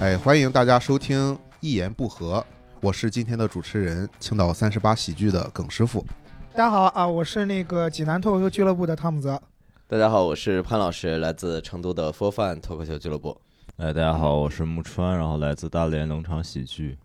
哎，欢迎大家收听《一言不合》，我是今天的主持人青岛三十八喜剧的耿师傅。大家好啊，我是那个济南脱口秀俱乐部的汤 姆泽。大家好，我是潘老师，来自成都的 For Fun 脱口秀俱乐部。哎，大家好，我是木川，然后来自大连冷场喜剧，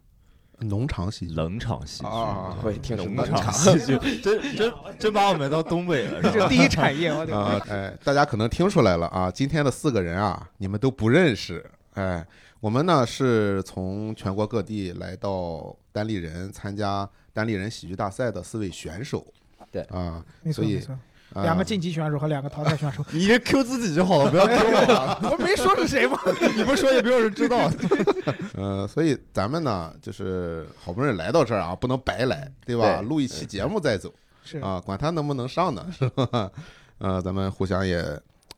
农场喜剧冷场喜剧，啊我也听着冷冷场场 喜剧，真真真把我们当东北了，是吧？第一产业，我的啊、哎，大家可能听出来了啊，今天的四个人啊，你们都不认识。哎，我们呢是从全国各地来到单立人参加单立人喜剧大赛的四位选手。对啊，没错所以没错，啊两个晋级选手和两个淘 汰选手， 你就 Q 自己就好了，不要 Q 我，我没说是 谁吗？你不说也没有人知道。呃，所以咱们呢，就是好不容易来到这儿啊，不能白来，对吧？对录一期节目再走是啊，管他能不能上呢， 是吧？呃，咱们互相也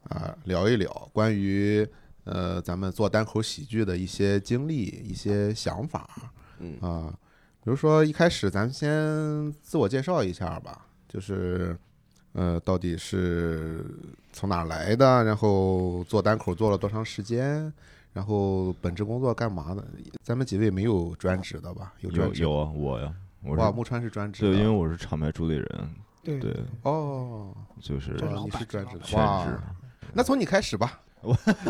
啊聊一聊关于呃咱们做单口喜剧的一些经历、一些想法嗯，啊。比如说一开始咱们先自我介绍一下吧，就是呃到底是从哪儿来的，然后做单口做了多长时间。然后本职工作干嘛的？咱们几位没有专职的吧？有专有职有啊，我呀，我哇，是木川是专职对，的，因为我是厂牌主理人，对对，哦，就是这老你板是专职的，全哇职。那从你开始吧，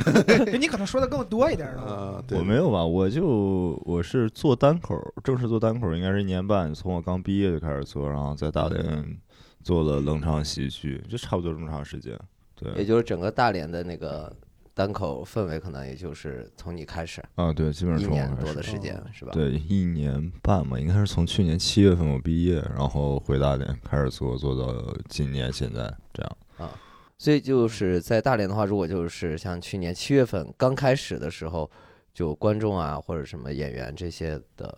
你可能说的更多一点了。呃，对我没有吧？我就我是做单口，正式做单口应该是一年半，从我刚毕业就开始做，然后在大连做了冷场喜剧，就差不多这么长时间。嗯也对，就是整个大连的那个单口氛围，可能也就是从你开始啊，对，基本一上从我年开多始的时间哦，是吧？对，一年半嘛，应该是从去年七月份我毕业，然后回大连开始做，做到今年现在这样。所以就是在大连的话，如果就是像去年七月份刚开始的时候，就观众啊或者什么演员这些的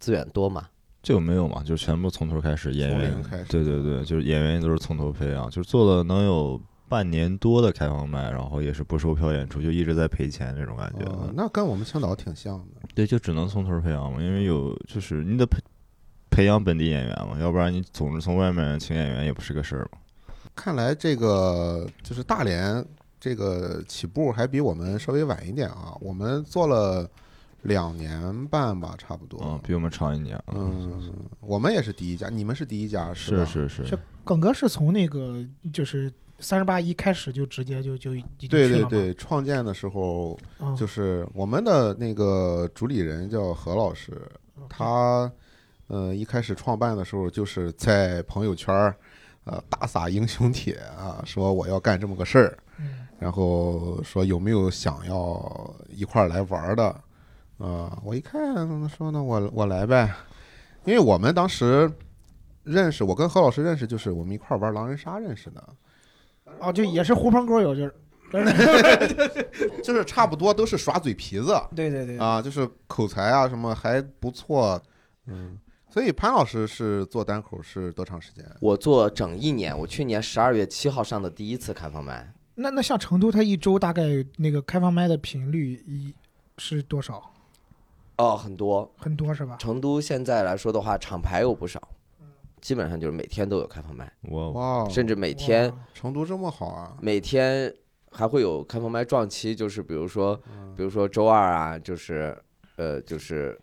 资源多嘛？这个没有嘛，就全部从头开始，演从员零开始对对对，就是演员也都是从头培养，就是做了能有半年多的开放麦，然后也是不售票演出，就一直在赔钱这种感觉。哦那跟我们青岛挺像的，对，就只能从头培养嘛，因为有就是你得培培养本地演员嘛，要不然你总是从外面请演员也不是个事儿嘛。看来这个就是大连这个起步还比我们稍微晚一点啊，我们做了两年半吧，差不嗯多，。比我们长一年。，哦嗯，我们也是第一家，你们是第一家是吧？是是是耿哥是从那个就是三十八一开始就直接就就已经对去对了啊对，创建的时候嘛，就是是我们的那个主理人叫何老师，他呃一开始创办的时候就是在朋友圈儿呃大撒英雄帖啊，说我要干这么个事儿，然后说有没有想要一块儿来玩儿的啊、我一看说呢，我我来呗，因为我们当时认识，我跟何老师认识就是我们一块儿玩狼人杀认识的，哦，就也是狐朋狗友， 就是就是差不多都是耍嘴皮子。对对对，啊，就是口才啊什么还不错，嗯，所以潘老师是做单口是多长时间？我做整一年，我去年十二月七号上的第一次开放麦，那那像成都，它一周大概那个开放麦的频率一是多少？哦，很多，很多是吧？成都现在来说的话，厂牌有不少，基本上就是每天都有开放麦，哦我哦哇，甚至每天哇成都这么好啊！每天还会有开放麦撞期，就是比如说，嗯比如说周二啊，就是呃，就是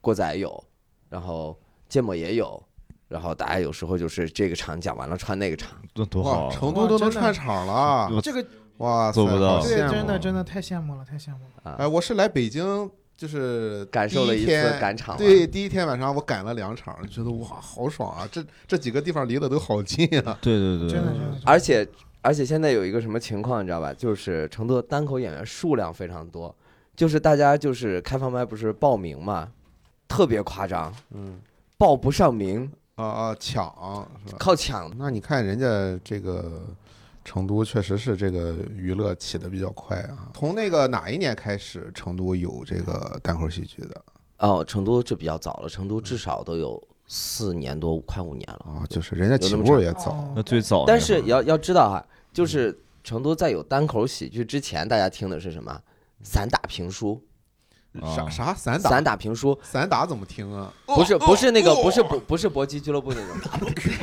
过载有，然后芥末也有，然后大家有时候就是这个场讲完了穿那个场，多多好哇，啊，成都都哇真能的串场了，我这个哇塞，做不到好对羡，慕啊真的真的太羡慕了，太羡慕了。哎，我是来北京就是感受了第一一次天赶场了。对，第一天晚上我赶了两场，觉得哇，好爽啊！这这几个地方离得都好近啊。对对对真的，真的，而且而且现在有一个什么情况，你知道吧？就是成都的单口演员数量非常多，就是大家就是开放麦不是报名嘛，特别夸张，嗯，报不上名，啊啊，抢是吧？靠抢。那你看人家这个成都确实是这个娱乐起的比较快啊。从那个哪一年开始，成都有这个单口喜剧的哦，成都就比较早了，成都至少都有四年多，快五年了。啊？就是人家起有那步么也早，哦那最哦早但那会是儿也要要知道哈、嗯就是成都在有单口喜剧之前，大家听的是什么？散打评书，啥哦啊啥散打哦散打评书散打怎么听啊？哦不是不是那个不是不不不是搏击俱乐部 那种，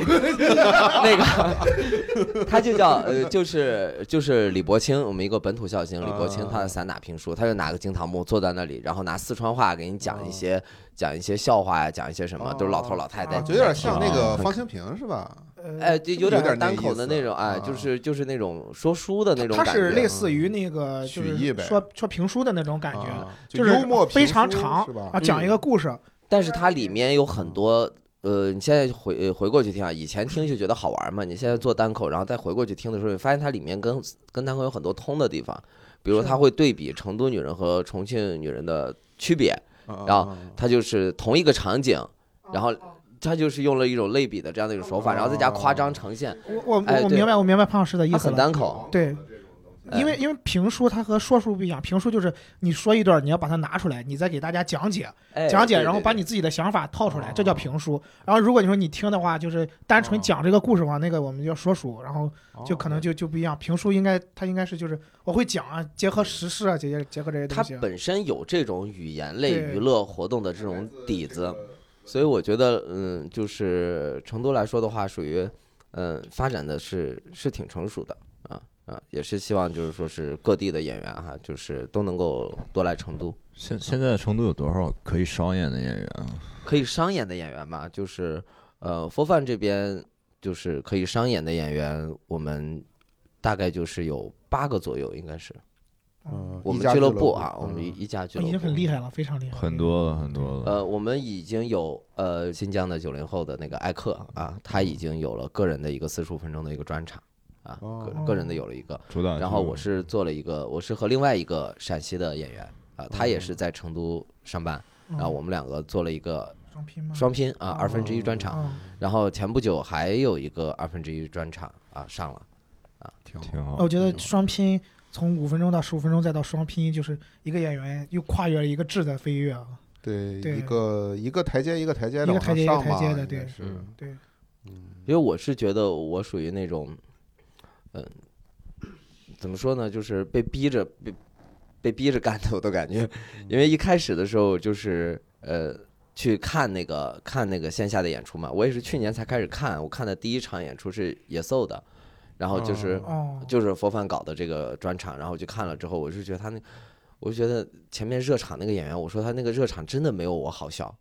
那个他就叫呃就是就是李伯清，我们一个本土笑星李伯清啊他的散打评书，他就拿个金堂木坐在那里，然后拿四川话给你讲一些讲一些笑话呀，讲一些什么，都是老头老太太啊，啊哦就有点像那个啊方清平是吧？哎，呃，就有有点点那单口意的思那种，哎，就啊是就是那种说书的那种它感是觉啊嗯类似于那个就曲艺是呗说说评书的那种感觉，啊就是幽默非常评书长是吧？啊，讲一嗯个故事，但是它里面有很多，呃，你现在回呃回过去听啊，以前听就觉得好玩嘛，你现在做单口，然后再回过去听的时候，你发现它里面跟跟单口有很多通的地方，比如是它会对比成都女人和重庆女人的区别，啊然啊后它就是同一个场景，然哦后它就是用了一种类比的这样的一种手法，然后再加夸张呈现，我我哎我对明白我明白潘老师哦的意它思很了，单口，对。哎因为因为评书它和说书不一样，评书就是你说一段，你要把它拿出来，你再给大家讲解，哎讲解，对然后对把对你自己的想法套出来，哦这叫评书。然后如果你说你听的话，就是单纯哦讲这个故事的话，那个我们叫说书，然后哦就可能就就不一样。评书应该它应该是就是我会讲啊，结合时事啊，结结结合这些东它西啊。本身有这种语言类对娱乐活动的这种底子，所以我觉得，嗯，就是成都来说的话，属于，嗯，发展的是是挺成熟的啊啊，也是希望就是说是各地的演员哈、就是都能够多来成都，现现在成都有多少可以商演的演员啊？可以商演的演员吧，就是呃，佛范这边就是可以商演的演员，我们大概就是有八个左右，应该是嗯我一们家俱俱乐乐部部啊，我们嗯一家俱乐部已经很厉害了，非常厉害，很多了，很多了。呃，我们已经有呃新疆的九零后的那个艾克啊，他已经有了个人的一个四十五分钟的一个专场啊，个个人的有了一个。主打。然后我是做了一个，我是和另外一个陕西的演员啊，他也是在成都上班，嗯。然后我们两个做了一个双拼吗？双拼啊，哦二分之一嗯专场。啊，然后前不久还有一个二分之一专场啊上了，挺好挺好。哦我觉得双拼从五分钟到十五分钟再到双拼，就是一个演员又跨越了一个质的飞跃啊。对对一个一个台阶一个台阶的一个往台上阶一个上台嘛，阶的应该对是嗯对，因为我是觉得我属于那种，嗯、怎么说呢，就是被逼着被被逼着干的，我都感觉，嗯因为一开始的时候就是呃去看那个看那个线下的演出嘛，我也是去年才开始看，我看的第一场演出是野兽的，然后就是、哦，嗯就是佛范搞的这个专场，然后我去看了之后，我是觉得他那。我就觉得前面热场那个演员，我说他那个热场真的没有我好笑，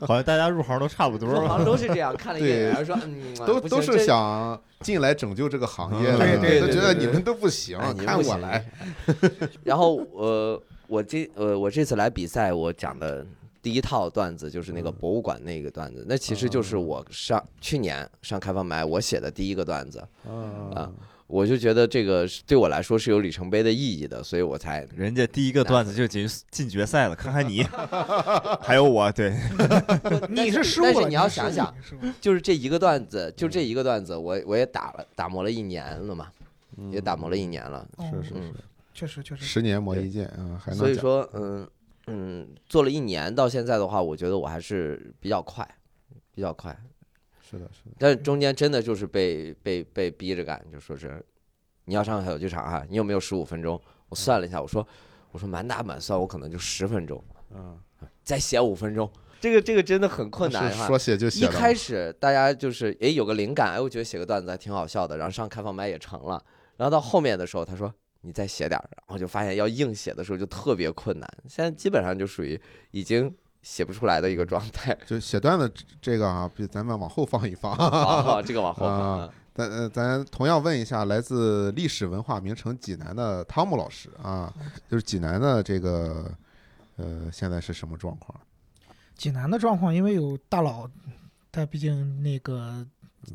好像大家入行都差不多好了。像都是这样，看了一眼，对然后说嗯，都不行都这是想进来拯救这个行业的，对嗯对都对觉得对你们都不行哎，你看不我行来。 然后呃，我这呃，我这次来比赛，我讲的第一套段子就是嗯那个博物馆那个段子，那其实就是我上去年上开放麦我写的第一个段子，嗯啊我就觉得这个是对我来说是有里程碑的意义的，所以我才人家第一个段子就进进决赛了，看看你，还有我，对，你是失误但是了，你要是失误想想，你是失误就是这一个段子，就嗯这一个段子，我我也打了打磨了一年了嘛，嗯嗯也打磨了一年了，哦是是嗯是，确实确实，十年磨一剑啊，还能所以讲说嗯嗯，做了一年到现在的话，我觉得我还是比较快，比较快。是的，是的，但是中间真的就是被被被逼着干，就说是你要上小剧场啊，你有没有十五分钟？我算了一下，我说我说满打满算我可能就十分钟，嗯，再写五分钟，这个这个真的很困难是哈。说写就一写开了，始大家就是诶有个灵感，哎我觉得写个段子还挺好笑的，然后上开放麦也成了，然后到后面的时候他说你再写点儿，然后就发现要硬写的时候就特别困难，现在基本上就属于已经写不出来的一个状态。 就写段子这个啊，比咱们往后放一放。好好，这个往后啊放啊。 咱呃，咱同样问一下，来自历史文化名城济南的汤姆老师啊，就是济南的这个呃，现在是什么状况？济南的状况，因为有大佬，他毕竟那个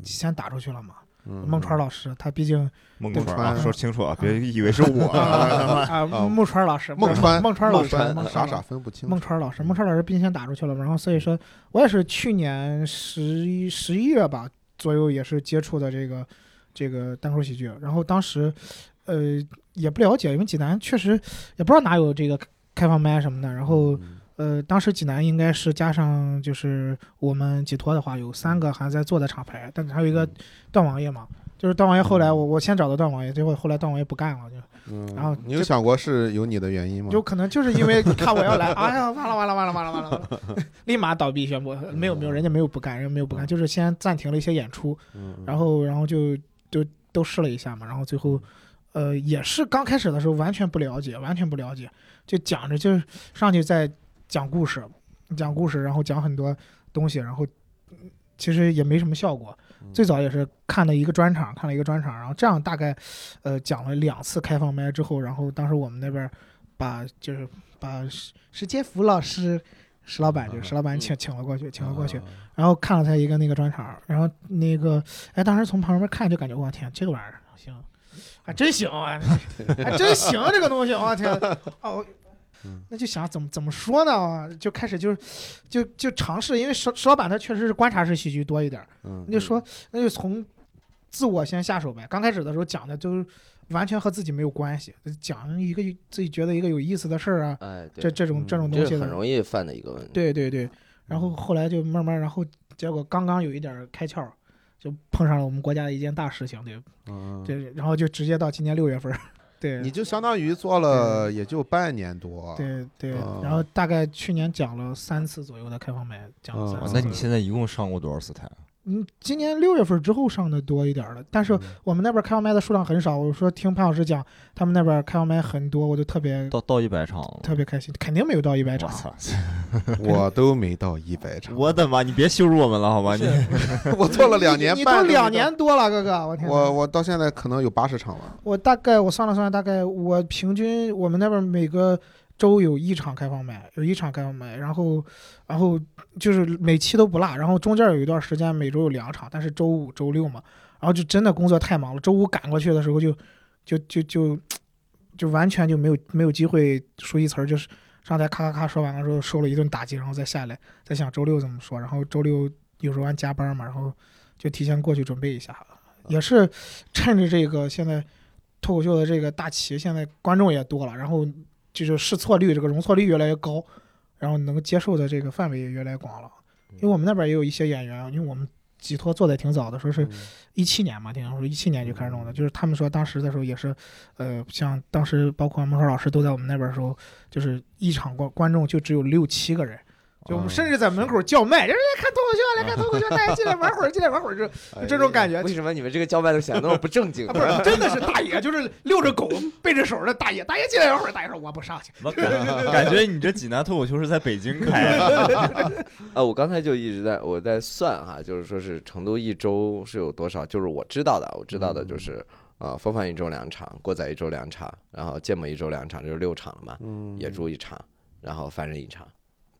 先打出去了嘛，嗯孟川老师，他毕竟孟对川川啊，说清楚啊，别以为是 我啊。啊，孟川老师，孟川孟川老师，川啊孟傻川老傻师分不清，孟川老师，孟川老师毕竟先打出去了嘛，然后所以说我也是去年十一十一月吧左右，也是接触的这个这个单口喜剧，然后当时呃也不了解，因为济南确实也不知道哪有这个开放麦什么的，然后嗯呃，当时济南应该是加上就是我们几托的话，有三个还在做的厂牌，但是还有一嗯个段王爷嘛，就是段王爷后来我我先找到段王爷，结果后来段王爷不干了，就嗯，然后你有就想过是有你的原因吗？就可能就是因为看我要来，哎呀，完了完了完了完了完了完了，立马倒闭宣布没有没有，人家没有不干，人家没有不干，就是先暂停了一些演出，嗯，嗯然后然后就就都试了一下嘛，然后最后，呃，也是刚开始的时候完全不了解，完全不了解，就讲着就是上去在讲故事，讲故事，然后讲很多东西，然后嗯其实也没什么效果。最早也是看了一个专场，看了一个专场，然后这样大概，呃，讲了两次开放麦之后，然后当时我们那边把就是把史史杰福老师。石老板就是石老板请请了过去，请了啊过去，然后看了他一个那个专场，然后那个哎，当时从旁边看就感觉，我天，这个玩意儿行， 还真行啊， 还真行这个东西，我 天，哦嗯。那就想怎么怎么说呢？就开始就是，就就尝试，因为石石老板他确实是观察式喜剧多一点儿，嗯，那就说那就从自我先下手呗。刚开始的时候讲的都完全和自己没有关系，讲一个自己觉得一个有意思的事儿啊，哎，对这这种这种这东是西很的，容易犯的一个问题。对对对，然后后来就慢慢，然后结果刚刚有一点儿开窍，就碰上了我们国家的一件大事情，对嗯，对，然后就直接到今年六月份儿，对你就相当于做了也就半年多，对对，哦然后大概去年讲了三次左右的开放麦，讲了哦三哦次左右。那你现在一共上过多少次台啊？嗯，今年六月份之后上的多一点儿了，但是嗯我们那边开放麦的数量很少。我说听潘老师讲，他们那边开放麦很多，我就特别到到一百场了。特别开心，肯定没有到一百我场。操！ 我都没到一百场，我的妈！你别羞辱我们了，好吧？你 我做了两年你你半，都两，年多了，哥哥，我天哪！我我到现在可能有八十场了，我大概我算了算，大概我平均我们那边每个周有一场开放麦，有一场开放麦，然后然后就是每期都不落，然后中间有一段时间每周有两场，但是周五、周六嘛，然后就真的工作太忙了，周五赶过去的时候就就就就就完全就没有没有机会说一词儿，就是上台咔咔咔说完了之后受了一顿打击，然后再下来再想周六怎么说，然后周六有时候还加班嘛，然后就提前过去准备一下，也是趁着这个现在脱口秀的这个大旗，现在观众也多了，然后就是试错率这个容错率越来越高，然后能接受的这个范围也越来越广了。因为我们那边也有一些演员，因为我们几托做的挺早的，说是嗯一七年嘛，听说一七年就开始弄的，就是他们说当时的时候也是，呃，像当时包括孟超老师都在我们那边的时候，就是一场观观众就只有六七个人。就我们甚至在门口叫卖，人家看脱口秀，来看脱口秀，大家进来玩会儿，进来玩会儿，就就这种感觉， 为什么你们这个叫卖都显得那么不正经 啊，？不是，真的是大爷，就是遛着狗背着手的大爷。大爷进来一会儿，大爷说我不上去。 感觉你这济南脱口秀是在北京开的。呃，我刚才就一直在我在算哈，就是说是成都一周是有多少？就是我知道的，我知道嗯的就是呃，风范一周两场，过载一周两场，然后芥末一周两场，就是六场了嘛，嗯，野猪一场，然后凡人一场，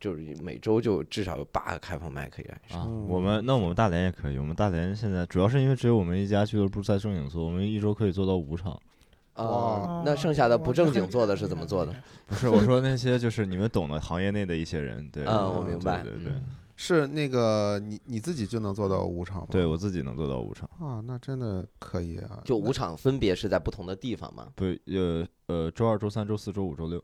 就是每周就至少有八个开放麦可以来。啊，我们那我们大连也可以，我们大连现在主要是因为只有我们一家俱乐部在正经做，我们一周可以做到五场。哇哦啊，那剩下的不正经做的是怎么 做的？？ 不是，我说那些就是你们懂的行业内的一些人，对，啊我明白对对对，是那个你你自己就能做到五场吗？对我自己能做到五场，啊，那真的可以啊，就嗯五场分别是在不同的地方嘛？不，呃呃，周二、周三、周四周五、周六，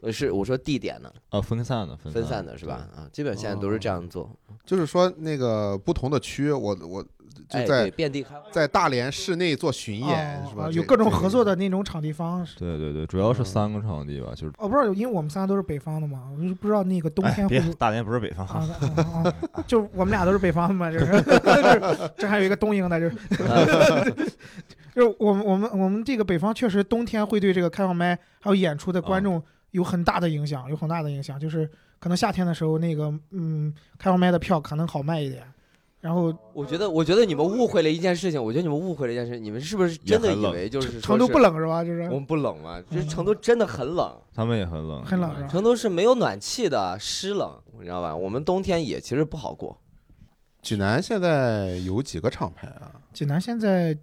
呃，是我说地点呢，啊，分散的，嗯分分散散的是吧？？啊，基本现在都是这样做，就是说那个不同的区，我我哎，就对，在遍地开放。在大连市内做巡演是吧？哦啊这有各种这合作的那种场地方式。对对对对，主要是三个场地吧，就是哦我不知道，因为我们仨都是北方的嘛，我就不知道那个冬哎，天会别不会。大连不是北方，啊啊啊！啊就我们俩都是北方的嘛，就是 就是这还有一个东营的，就是 就是我们我们我们这个北方确实冬天会对这个开放麦还有演出的观众有很大的影响，有很大的影响。就是可能夏天的时候，那个嗯，开放麦的票可能好卖一点，然后我觉得，我觉得你们误会了一件事情。我觉得你们误会了一件事情，你们是不是真的也很以冷为就是成说都是不？冷是吧？就是我们不冷吗？就是嗯成都真的很冷，他们也很冷，很冷是啊吧？成都是没有暖气的，湿冷，你知道吧？我们冬天也其实不好过。济南现在有几个厂牌啊？济南现在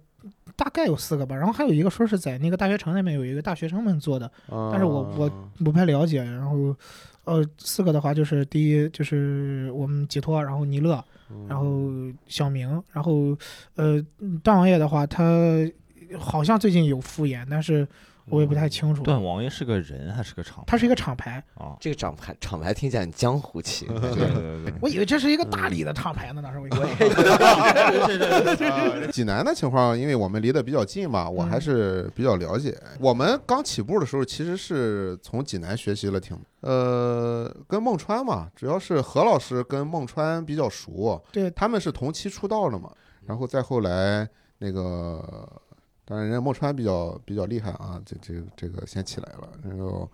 大概有四个吧，然后还有一个说是在那个大学城那边有一个大学生们做的，但是我我不太了解。然后，呃，四个的话就是第一就是我们解脱，然后尼乐，嗯然后小明，然后呃，段王爷的话，他好像最近有复演，但是我也不嗯太清楚。段王爷是个人还是个厂牌？它是一个厂牌， 啊，这个厂牌厂牌听起来很江湖气，对对对，我以为这是一个嗯大理的厂牌呢，那时候我以为。 济南的情况，因为我们离得比较近嘛，我还是比较了解。我们刚起步的时候，其实是从济南学习了挺，呃，跟孟川嘛，主要是何老师跟孟川比较熟，对他们是同期出道的嘛，然后再后来那个，当然人家孟川比较比较厉害啊，这这这个先起来了，然后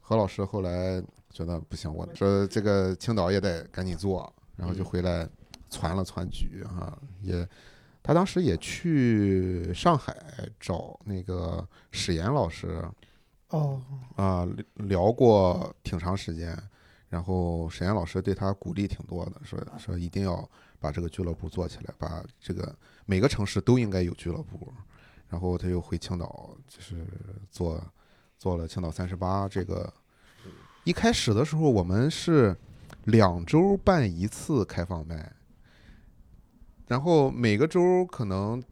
何老师后来觉得不行，我说这个青岛也得赶紧做，然后就回来攒了攒局啊，也他当时也去上海找那个史岩老师哦，啊、聊过挺长时间，然后史岩老师对他鼓励挺多的，说说一定要把这个俱乐部做起来，把这个每个城市都应该有俱乐部。然后他又回青岛，就是做做了青岛三十八这个。一开始的时候，我们是两周办一次开放麦，然后每个周可能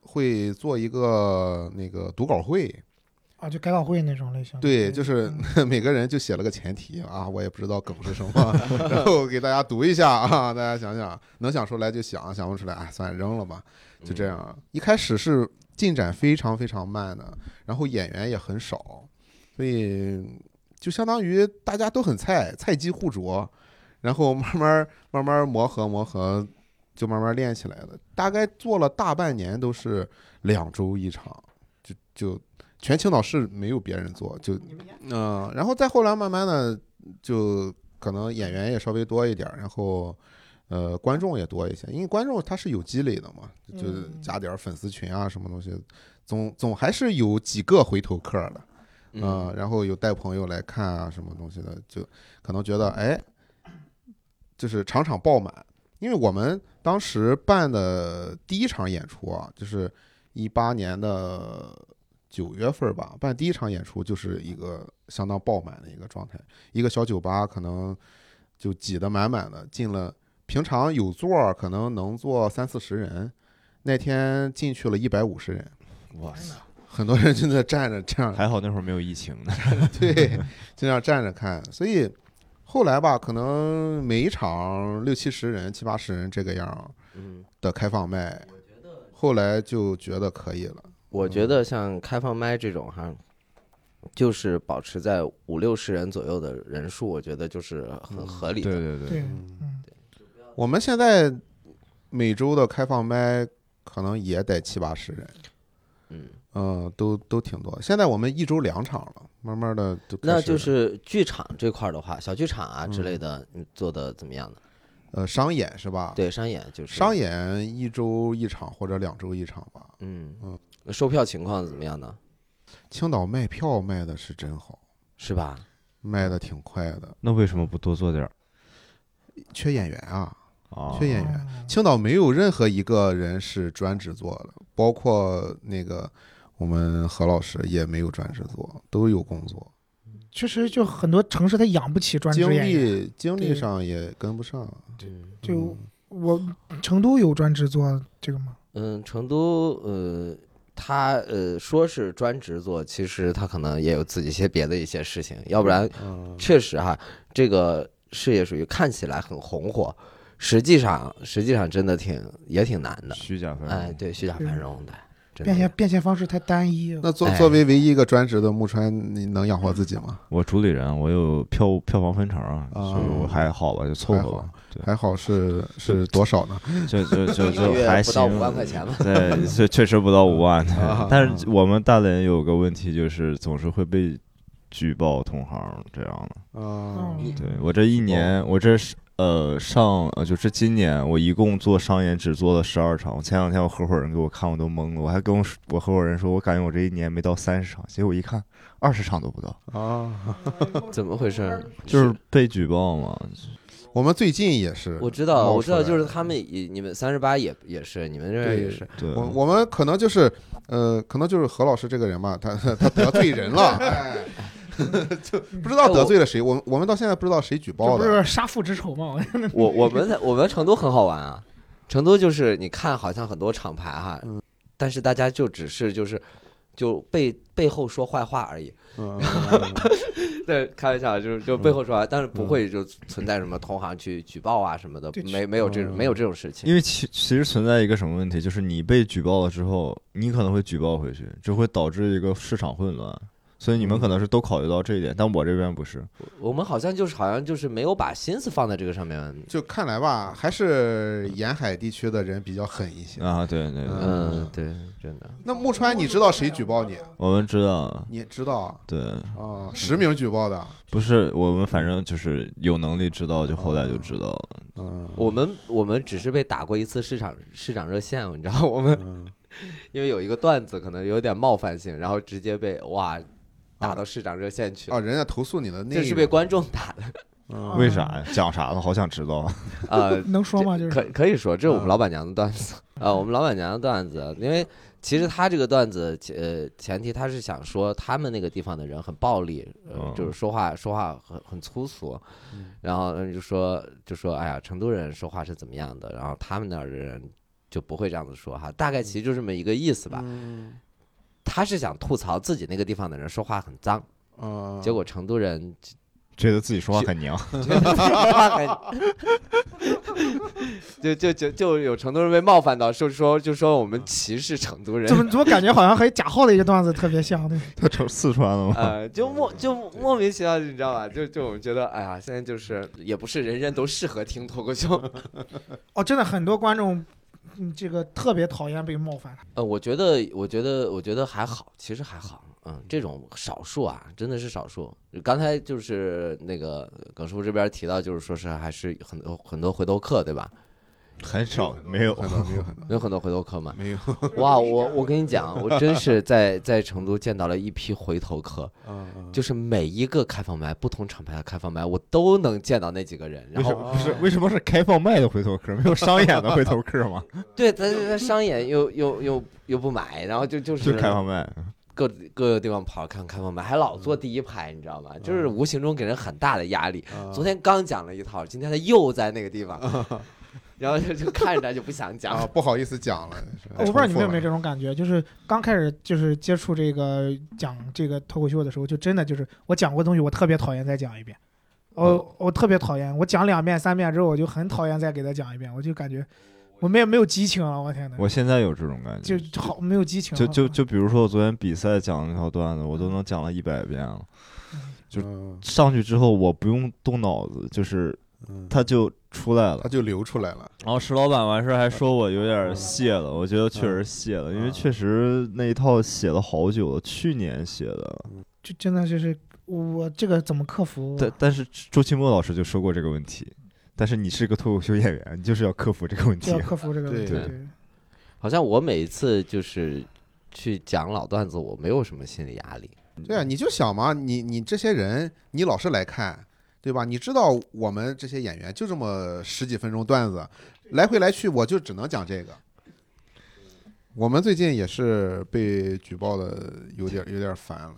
会做一个那个读稿会，啊，就改稿会那种类型。对，就是 每个人就写了个前提啊，我也不知道梗是什么， 然后给大家读一下啊，大家想想，能想出来就想，想不出来，哎，算了扔了吧，就这样。一开始是进展非常非常慢的，然后演员也很少，所以就相当于大家都很菜，菜鸡互啄，然后慢慢慢慢磨合磨合，就慢慢练起来了。大概做了大半年都是两周一场，就就全青岛市没有别人做，就嗯、然后再后来慢慢的就可能演员也稍微多一点儿，然后。呃，观众也多一些，因为观众他是有积累的嘛，就是嗯加点儿粉丝群啊，什么东西，总总还是有几个回头客的。啊、嗯，然后有带朋友来看啊，什么东西的，就可能觉得哎，就是场场爆满，因为我们当时办的第一场演出啊，就是一八年的九月份吧，办第一场演出就是一个相当爆满的一个状态，一个小酒吧可能就挤得满满的，进了平常有座儿可能能坐三四十人，那天进去了一百五十人，哇塞，很多人就在那站着这样还好那会儿没有疫情呢。 对，就这样站着看。所以后来吧，可能每一场六七十人、七八十人这个样嗯的开放麦，后来就觉得可以了。我觉得像开放麦这种哈，就是保持在五六十人左右的人数，我觉得就是很合理对的。对对，对，嗯，我们现在每周的开放麦可能也得七八十人，嗯，嗯，都都挺多。现在我们一周两场了，慢慢的就开那始就是剧场这块儿的话，小剧场啊之嗯类的，你做的怎么样呢？呃商演是吧？，对，商演就是商，演一周一场或者两周一场吧。嗯嗯，那售票情况怎么样呢？青岛卖票卖的是真好，是吧？卖的挺快的，那为什么不多做点儿缺演员啊。啊？缺演哦员。青岛没有任何一个人是专职做的，包括那个我们何老师也没有专职做，都有工作，确实就很多城市它养不起专职精演员。嗯力精力上也跟不上。嗯就我成都有专职做这个吗？嗯，成都呃，他呃说是专职做，其实他可能也有自己一些别的一些事情，要不然嗯，确实哈，这个事业属于看起来很红火，实际上实际上真的挺也挺难的。虚假分。哎，对，虚嗯假繁荣的，真变现的。变现方式太单一了。那作哎作为唯一一个专职的木川，你能养活自己吗？我主理人，我有票票房分成啊，啊所以我还好吧，就凑还合好吧，对，嗯还好是是多少呢？就就就 一个就月还不行，到五万块钱吧 对，确确实不到五万。对啊但是我们大连有个问题，就是总是会被举报同行这样的。啊嗯对我这一年，我这是呃上呃就是今年，我一共做商演只做了十二场。我前两天我合伙人给我看，我都懵了，我还跟我说我合伙人说，我感觉我这一年没到三十场，结果一看二十场都不到，啊！怎么回事儿？就是被举报嘛。我们最近也是，我知道，冒我知出道，来就是他们嗯也，你们三十八也也是，你们这儿也对是，对，我我们可能就是，呃，可能就是何老师这个人吧，他他得罪人了， 哎，就不知道得罪了谁。我们我们到现在不知道谁举这报不的。是杀父之仇吗？我我们在我们成都很好玩啊，嗯成都就是你看好像很多厂牌哈，但是大家就只是就是就背背后说坏话而已。嗯，嗯嗯 对，开玩笑，就是就背后说话，但是不会就存在什么同行去举报啊什么的对，没没有这种没有这种事情。因为其其实存在一个什么问题，就是你被举报了之后，你可能会举报回去，这会导致一个市场混乱。所以你们可能是都考虑到这一点，但我这边不是。我们好像就是好像就是没有把心思放在这个上面。就看来吧，还是沿海地区的人比较狠一些。啊，对对对，嗯，对，真的。那木川，你知道谁举报你？我们知道，你知道啊对，啊？实名举报的，不是我们反正就是有能力知道，就后来就知道了。嗯，我们我们只是被打过一次市场市场热线，哦你知道，我们嗯 因为有一个段子可能有点冒犯性，然后直接被哇打到市场热线去，啊，人家投诉你的那嗯这是被观众打的。哦嗯为啥呀？讲啥呢？好想知道。 呃， 能说吗？就是可可以说，这是我嗯们老板娘的段子啊、呃我们老板娘的段子，因为其实她这个段子，呃，前提她是想说他们那个地方的人很暴力，呃嗯，就是说话说话很很粗俗嗯，然后呃就说就说哎呀，成都人说话是怎么样的，然后他们那儿的人就不会这样子说哈，大概其实就这么一个意思吧。嗯她是想吐槽自己那个地方的人说话很脏，啊，结果成都人觉得自己说话很娘，就就就就有成都人被冒犯到，就说就说我们歧视成都人怎，么怎么感觉好像和贾浩的一个段子特别像对，他成四川的吗？呃，就莫就莫名其妙，你知道吧？就就我们觉得，哎呀，现在就是也不是人人都适合听脱口秀。哦，真的很多观众，嗯，这个特别讨厌被冒犯。 呃，我觉得，我觉得，我觉得还好，其实还好。嗯，这种少数啊，真的是少数。刚才就是那个耿师傅这边提到，就是说是还是很多很多回头客，对吧？很少， 没有。很多没有很多有很多回头客嘛。没有哇，我我跟你讲，我真 是在在成都见到了一批回头客，嗯啊，就是每一个开放麦，不同厂牌的开放麦，我都能见到那几个人。然后为什么不是为什么是开放麦的回头客，没有商演的回头客吗？对，咱咱商演又又又又不买，然后就就是就开放嗯麦，各各个地方跑看开放麦，还老坐第一排，你知道吗？嗯就是无形中给人很大的压力。 昨天刚讲了一套，今天他又在那个地方，嗯 然后就就看着他就不想天啊讲。不好意思讲了，是哎哦我不知道你们有没有这种感觉，就是刚开始就是接触这个讲这个脱口秀的时候，就真的就是我讲过东西，我特别讨厌再讲一遍。哦我我特别讨厌，我讲两遍三遍之后，我就很讨厌再给他讲一遍，我就感觉我没有没有激情了，我天呐，我现在有这种感觉就。就好没有激情了。就就就比如说我昨天比赛讲的那条段子，我都能讲了一百遍了。就嗯上去之后我不用动脑子，就是嗯，它就出来了他。就流出来了，然后石老板完事儿还说我有嗯点泄了，我觉得确实泄了，因为确实那一套写了好久了，去年写的。就真的就是我这个怎么克服？但但是周奇墨老师就说过这个问题，但是你是个脱口秀演员，你就是要克服这个问就要。题克服这个问题。对对好像我每一次就是去讲老段子，我没有什么心理压力。对啊，你就想嘛，你你这些人，你老是来看，对吧？你知道我们这些演员就这么十几分钟段子，来回来去，我就只能讲这个。我们最近也是被举报的有点有点烦了，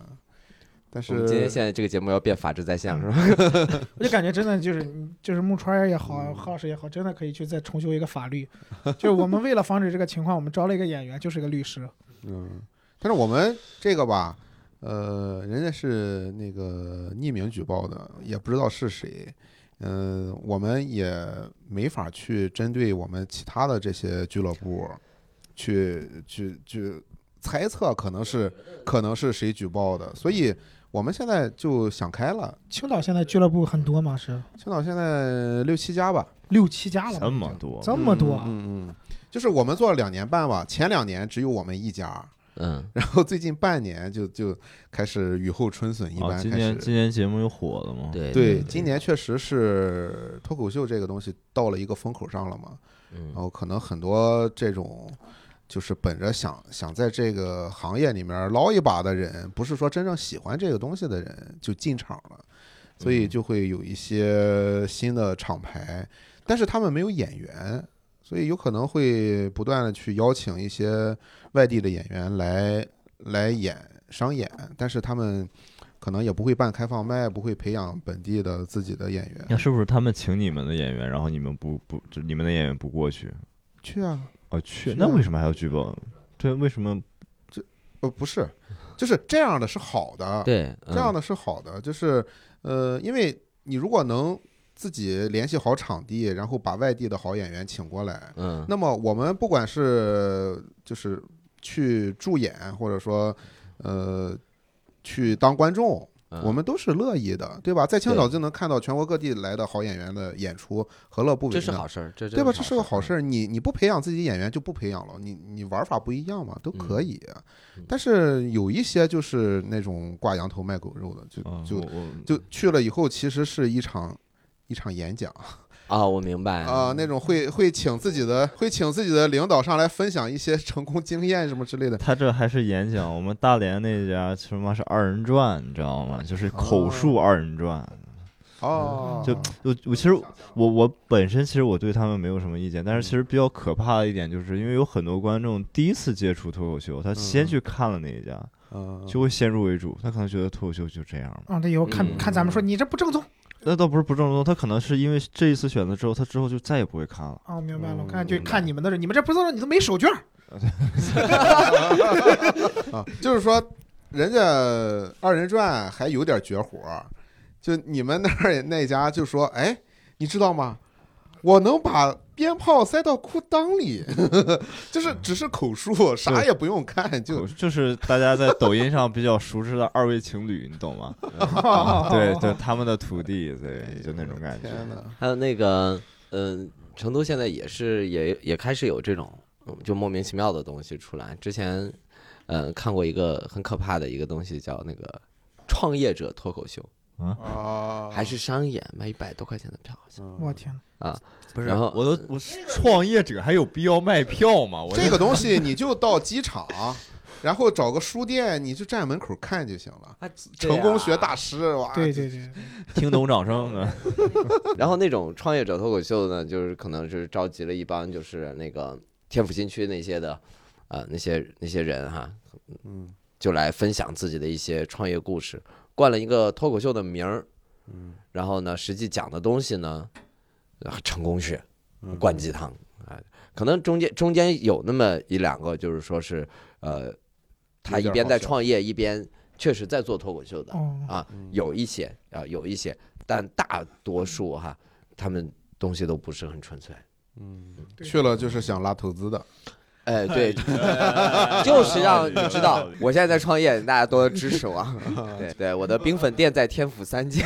但我们今天是现在这个节目要变法制在线是吧？我就感觉真的就是就是木川也嗯好，郝老师也好，真的可以去再重修一个法律。就是我们为了防止这个情况，我们招了一个演员，就是个律师。嗯，但是我们这个吧，呃，人家是那个匿名举报的，也不知道是谁。嗯、我们也没法去针对我们其他的这些俱乐部，去去去猜测可能是可能是谁举报的，所以我们现在就想开了，青岛现在俱乐部很多嘛，是青岛现在六七家吧，六七家了吧，这么多，这么多啊，嗯嗯嗯，就是我们做了两年半吧，前两年只有我们一家，嗯，然后最近半年就就开始雨后春笋一般开啊！始。今年今年节目又火了吗？对对，今年确实是脱口秀这个东西到了一个风口上了嘛，嗯然后可能很多这种就是本着想想在这个行业里面捞一把的人，不是说真正喜欢这个东西的人就进场了，所以就会有一些新的厂牌，但是他们没有演员，所以有可能会不断的去邀请一些外地的演员来来演商演，但是他们。可能也不会办开放麦，不会培养本地的自己的演员那。是不是他们请你们的演员，然后你们不不，就你们的演员不过去？去啊，哦，去是，那啊为什么还要举报？对，为什么？呃，不是，就是这样的是好的，对，嗯这样的，的是好的，就是呃，因为你如果能自己联系好场地，然后把外地的好演员请过来，嗯，那么我们不管是就是去助演，或者说呃去当观众。嗯我们都是乐意的，对吧？在青对岛就能看到全国各地来的好演员的演出，何乐不为呢？这是好事儿，这对吧？这是个好好事，儿，你你不培养自己演员就不培养了，你你玩法不一样嘛，都可嗯以嗯。但是有一些就是那种挂羊头卖狗肉的，就嗯就我我就去了以后，其实是一场一场演讲啊，我明白啊，那种会会请自己的会请自己的领导上来分享一些成功经验什么之类的。 他这还是演讲，我们大连那家他妈是二人转，你知道吗？就是口述二人转。哦，就我我其实我我本身其实我对他们没有什么意见，但是嗯其实比较可怕的一点就是，因为有很多观众第一次接触脱口秀，他先去看了那一家，嗯就会先入为主，他可能觉得脱口秀就这样嘛。啊，那以后看、嗯看咱们说你这不正宗那倒不是不正宗，他可能是因为这一次选择之后，他之后就再也不会看了。啊，我明白了，我嗯看就明看你们的人，你们这不正宗，你都没手绢儿，啊，就是说人家二人转还有点绝活儿，就你们那儿那家就说，哎，你知道吗？我能把鞭炮塞到裤裆里， 就是只是口述，啥也不用看，就口就是大家在抖音上比较熟知的二位情侣，你懂吗？啊对对，他们的徒弟，对，就那种感觉。哦天哪！还有那个，嗯、成都现在也是也也开始有这种，嗯就莫名其妙的东西出来。之前，嗯、看过一个很可怕的一个东西，叫那个创业者脱口秀，啊，还是商演，卖一百多块钱的票，好像我天哪，不是然后我都我创业者还有必要卖票吗？我这个东西，你就到机场，然后找个书店，你就站门口看就行啊了。成功学大师，哇，对对对，听懂掌声啊！然后那种创业者脱口秀呢，就是可能是召集了一帮就是那个天府新区那些的，啊、那些那些人哈，嗯，就来分享自己的一些创业故事，冠了一个脱口秀的名儿，嗯，然后呢，实际讲的东西呢，啊成功学、嗯灌鸡汤啊、可能中间中间有那么一两个，就是说是呃，他有点一边在好笑创业，一边确实在做脱口秀的，哦，啊，嗯有一些啊，有一些，但大多数哈，他们东西都不是很纯粹。对嗯去了就是想拉投资的，哎， 对，就是让你知道，我现在在创业，大家多支持 我。对对，我的冰粉店在天府三街。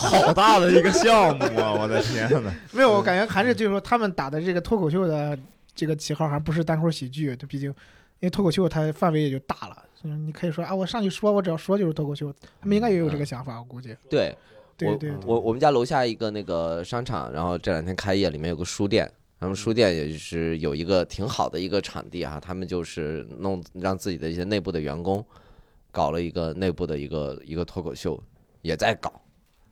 好大的一个项目啊！我的天哪！没有，我感觉还是就是说他们打的这个脱口秀的这个旗号，还不是单口喜剧，这毕竟因为脱口秀它范围也就大了，就是你可以说啊，我上去说，我只要说就是脱口秀，他们应该也有这个想法，我估计，对，对对我我我们家楼下一个那个商场，然后这两天开业，里面有个书店。他们书店也是有一个挺好的一个场地哈、他们就是弄让自己的一些内部的员工搞了一个内部的一个一个脱口秀，也在搞。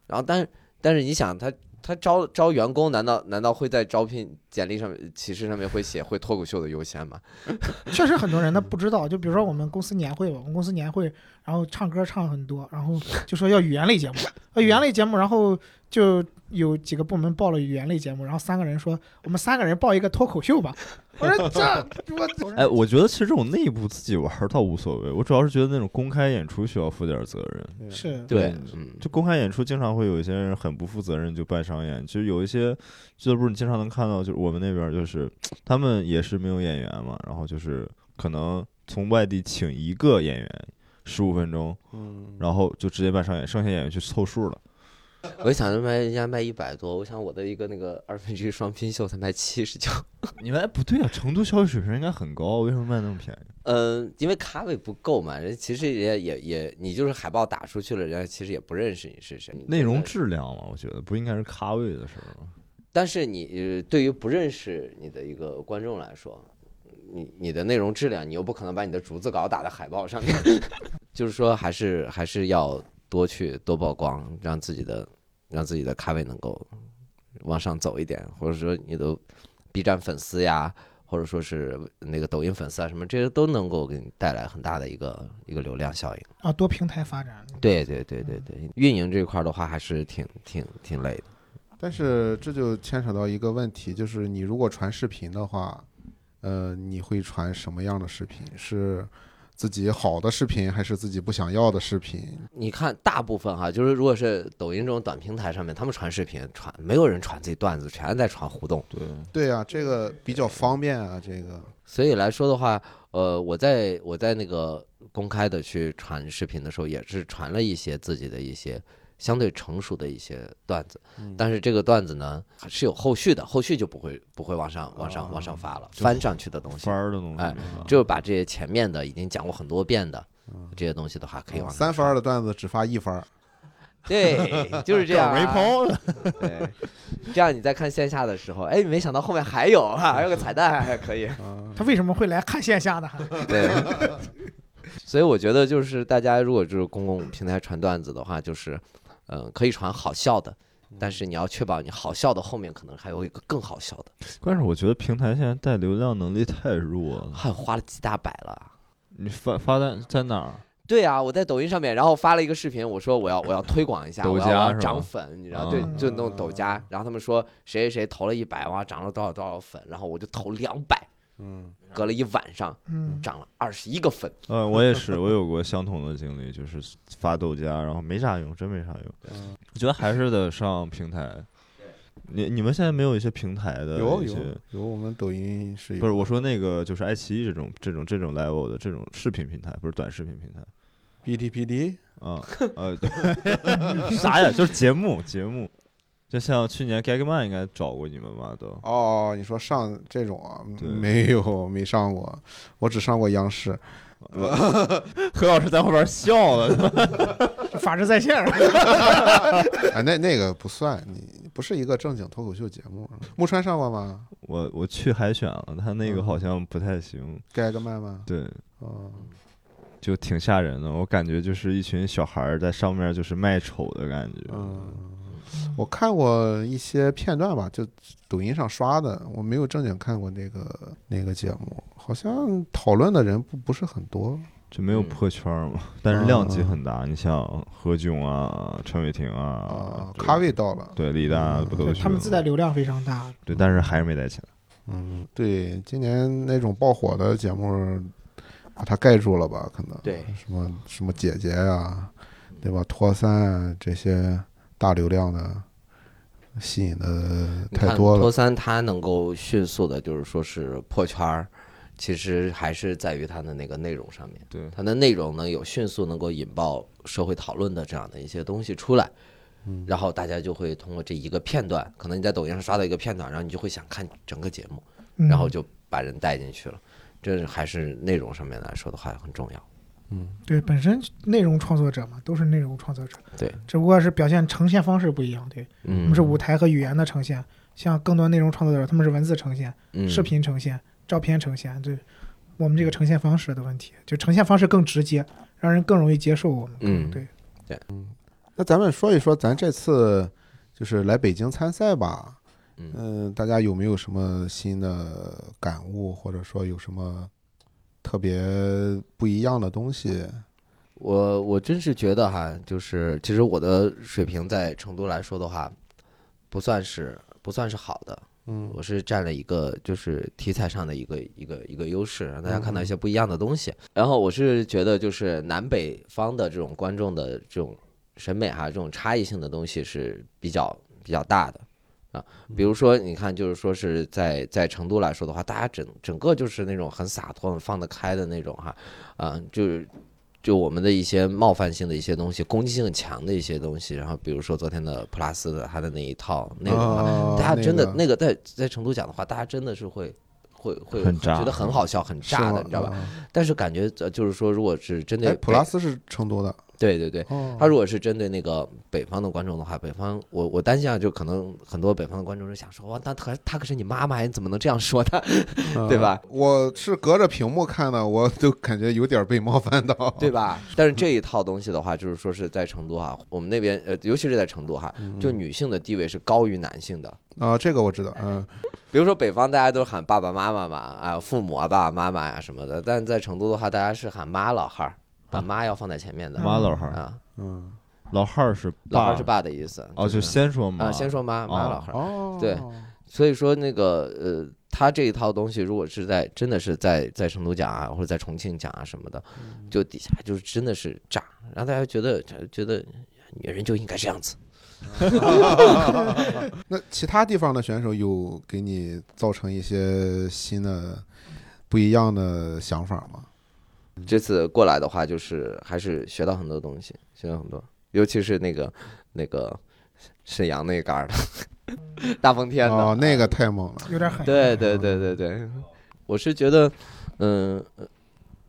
然后但是但是你想他他招招员工，难道难道会在招聘简历上面、启事上面会写会脱口秀的优先吗？确实很多人他不知道，就比如说我们公司年会吧，我们公司年会，然后唱歌唱很多，然后就说要语言类节目，呃，语言类节目，然后就有几个部门报了语言类节目，然后三个人说我们三个人报一个脱口秀吧，我说这我 哎，我觉得其实这种内部自己玩儿倒无所谓，我主要是觉得那种公开演出需要负点儿责任。是对，嗯，就公开演出，经常会有一些人很不负责任就办商演，就有一些俱乐部你经常能看到，就是我们那边儿就是他们也是没有演员嘛，然后就是可能从外地请一个演员十五分钟， 嗯，然后就直接办商演，剩下演员去凑数了。我就想着卖人家卖一百多，我想我的一个那个二分之一双拼秀才卖七十九。你们哎不对啊，成都消费水平应该很高，为什么卖那么便宜？嗯，因为咖位不够嘛，人其实也也也，你就是海报打出去了，人家其实也不认识你是谁。内容对质量嘛，我觉得不应该是咖位的事儿吗？但是你呃对于不认识你的一个观众来说，你你的内容质量，你又不可能把你的竹子稿打在海报上面， 就是说还是还是要多去多曝光，让自己的让自己的咖位能够往上走一点，或者说你的 B 站粉丝呀，或者说是那个抖音粉丝啊什么，这些都能够给你带来很大的一个一个流量效应。嗯啊多平台发展，对对对对对，运营这块儿的话还是挺挺挺累的。但是这就牵扯到一个问题，就是你如果传视频的话，呃，你会传什么样的视频？是自己好的视频，还是自己不想要的视频？你看，大部分哈，就是如果是抖音这种短平台上面，他们传视频传，没有人传自己段子，全在传互动。对，对啊，这个比较方便啊，这个所以来说的话，呃，我在我在那个公开的去传视频的时候，也是传了一些自己的一些相对成熟的一些段子，嗯但是这个段子呢还是有后续的，后续就不会不会往上往上往上发了，哦就翻上去的东西番，儿的东西哎没法，就是把这些前面的已经讲过很多遍的嗯这些东西的话，可以哦啊往上三 番儿的段子只发一番儿，对，就是这样、啊，没朋友，对，这样你在看线下的时候，哎，没想到后面还有 啊，还有个彩蛋，还可以。他为什么会来看线下呢？对， 所以我觉得就是大家如果就是公共平台传段子的话，就是，嗯、可以传好笑的，嗯但是你要确保你好笑的后面可能还有一个更好笑的。关键是我觉得平台现在带流量能力太弱了。还花了几大百了。啊你发发在在哪儿？对啊，我在抖音上面，然后发了一个视频，我说我要我要推广一下，抖我要加我要是吧涨粉，你知道，啊对，就弄抖加。然后他们说谁谁谁投了一百，哇，涨了多少多少粉，然后我就投两百，嗯，隔了一晚上，嗯，涨了二十一个粉， 呃，我也是，我有过相同的经历，就是发豆家，然后没啥用，真没啥用嗯。我觉得还是得上平台。你你们现在没有一些平台的有一些有有，我们抖音是有不是我说那个就是爱奇艺这种这种这种 level 的这种视频平台，不是短视频平台 BTPD 啊呃对啥呀？就是节目节目，就像去年 Gagman 应该找过你们吧都哦，你说上这种啊？对没有，没上过，我只上过央视。 何老师在后边笑了，法治在线儿，哎，那那个不算，你不是一个正经脱口秀节目。木川上过吗？ 我我去海选了，他那个好像不太行，盖个麦吗？嗯对，哦，就挺吓人的。我感觉就是一群小孩儿在上面就是卖丑的感觉，嗯，我看过一些片段吧，就抖音上刷的，我没有正经看过那个那个节目，好像讨论的人不不是很多。就没有嗯破圈儿嘛。但是量级很嗯大，你像何炅啊、陈伟霆啊啊，，对咖位到了。对李诞啊嗯不都去他们了自吗带流量非常大，对，但是还是没带钱。嗯，对，今年那种爆火的节目，把它盖住了吧？可能对什么什么姐姐呀、对吧？托三啊，这些大流量的吸引嗯的你太看多了托。三它能够迅速的，就是说是破圈儿，其实还是在于它的那个内容上面。对它的内容呢有迅速能够引爆社会讨论的这样的一些东西出来，嗯然后大家就会通过这一个片段，可能你在抖音上刷到一个片段，然后你就会想看整个节目，嗯然后就把人带进去了。这还是内容上面来说的话很重要。嗯对本身内容创作者嘛，都是内容创作者，对，只不过是表现呈现方式不一样，对，我嗯们是舞台和语言的呈现，像更多内容创作者他们是文字呈现、嗯视频呈现、照片呈现，对，我们这个呈现方式的问题，就呈现方式更直接，让人更容易接受我们，嗯对，那咱们说一说咱这次就是来北京参赛吧。嗯嗯，大家有没有什么新的感悟，或者说有什么特别不一样的东西？我我真是觉得哈，就是其实我的水平在成都来说的话，不算是不算是好的，嗯我是占了一个就是题材上的一个一个一个优势，让大家看到一些不一样的东西。然后我是觉得就是南北方的这种观众的这种审美哈，这种差异性的东西是比较比较大的。啊，比如说，你看，就是说是在在成都来说的话，大家整整个就是那种很洒脱、很放得开的那种哈，啊，就是就我们的一些冒犯性的一些东西，攻击性很强的一些东西，然后比如说昨天的普拉斯的他的那一套内容啊，啊大家真的那个那个在在成都讲的话，大家真的是会会会很炸觉得很好笑、很是炸吗的，你知道吧？啊但是感觉呃就是说，如果是针对哎，普拉北斯是成都的，对对对，哦他如果是针对那个北方的观众的话，北方我我担心啊，就可能很多北方的观众就想说，哇，那他他可是你妈妈呀，你怎么能这样说哦他，对吧？嗯 我是隔着屏幕看的，我都感觉有点被冒犯到。对 吧？但是这一套东西的话，就是说是在成都哈，我们那边呃，尤其是在成都哈，嗯就女性的地位是高于男性的，啊，这个我知道，嗯，比如说北方大家都喊爸爸妈妈嘛，啊，父母啊，爸爸妈妈呀、什么的，但在成都的话，大家是喊妈老汉儿，把妈要放在前面的。妈老汉儿，啊，嗯老汉儿是老汉儿是爸的意思。哦，就是先说嘛，啊啊，先说妈，妈哦老汉儿。哦对，所以说那个呃，他这一套东西，如果是在真的是在在成都讲啊，或者在重庆讲啊什么的，嗯就底下就是真的是炸，让大家觉得觉得女人就应该这样子。那其他地方的选手有给你造成一些新的、不一样的想法吗？这次过来的话，就是还是学到很多东西，学到很多，尤其是那个那个沈阳那嘎儿的大风天的， 哦，那个太猛了，有点狠。对对对对对，我是觉得，嗯、呃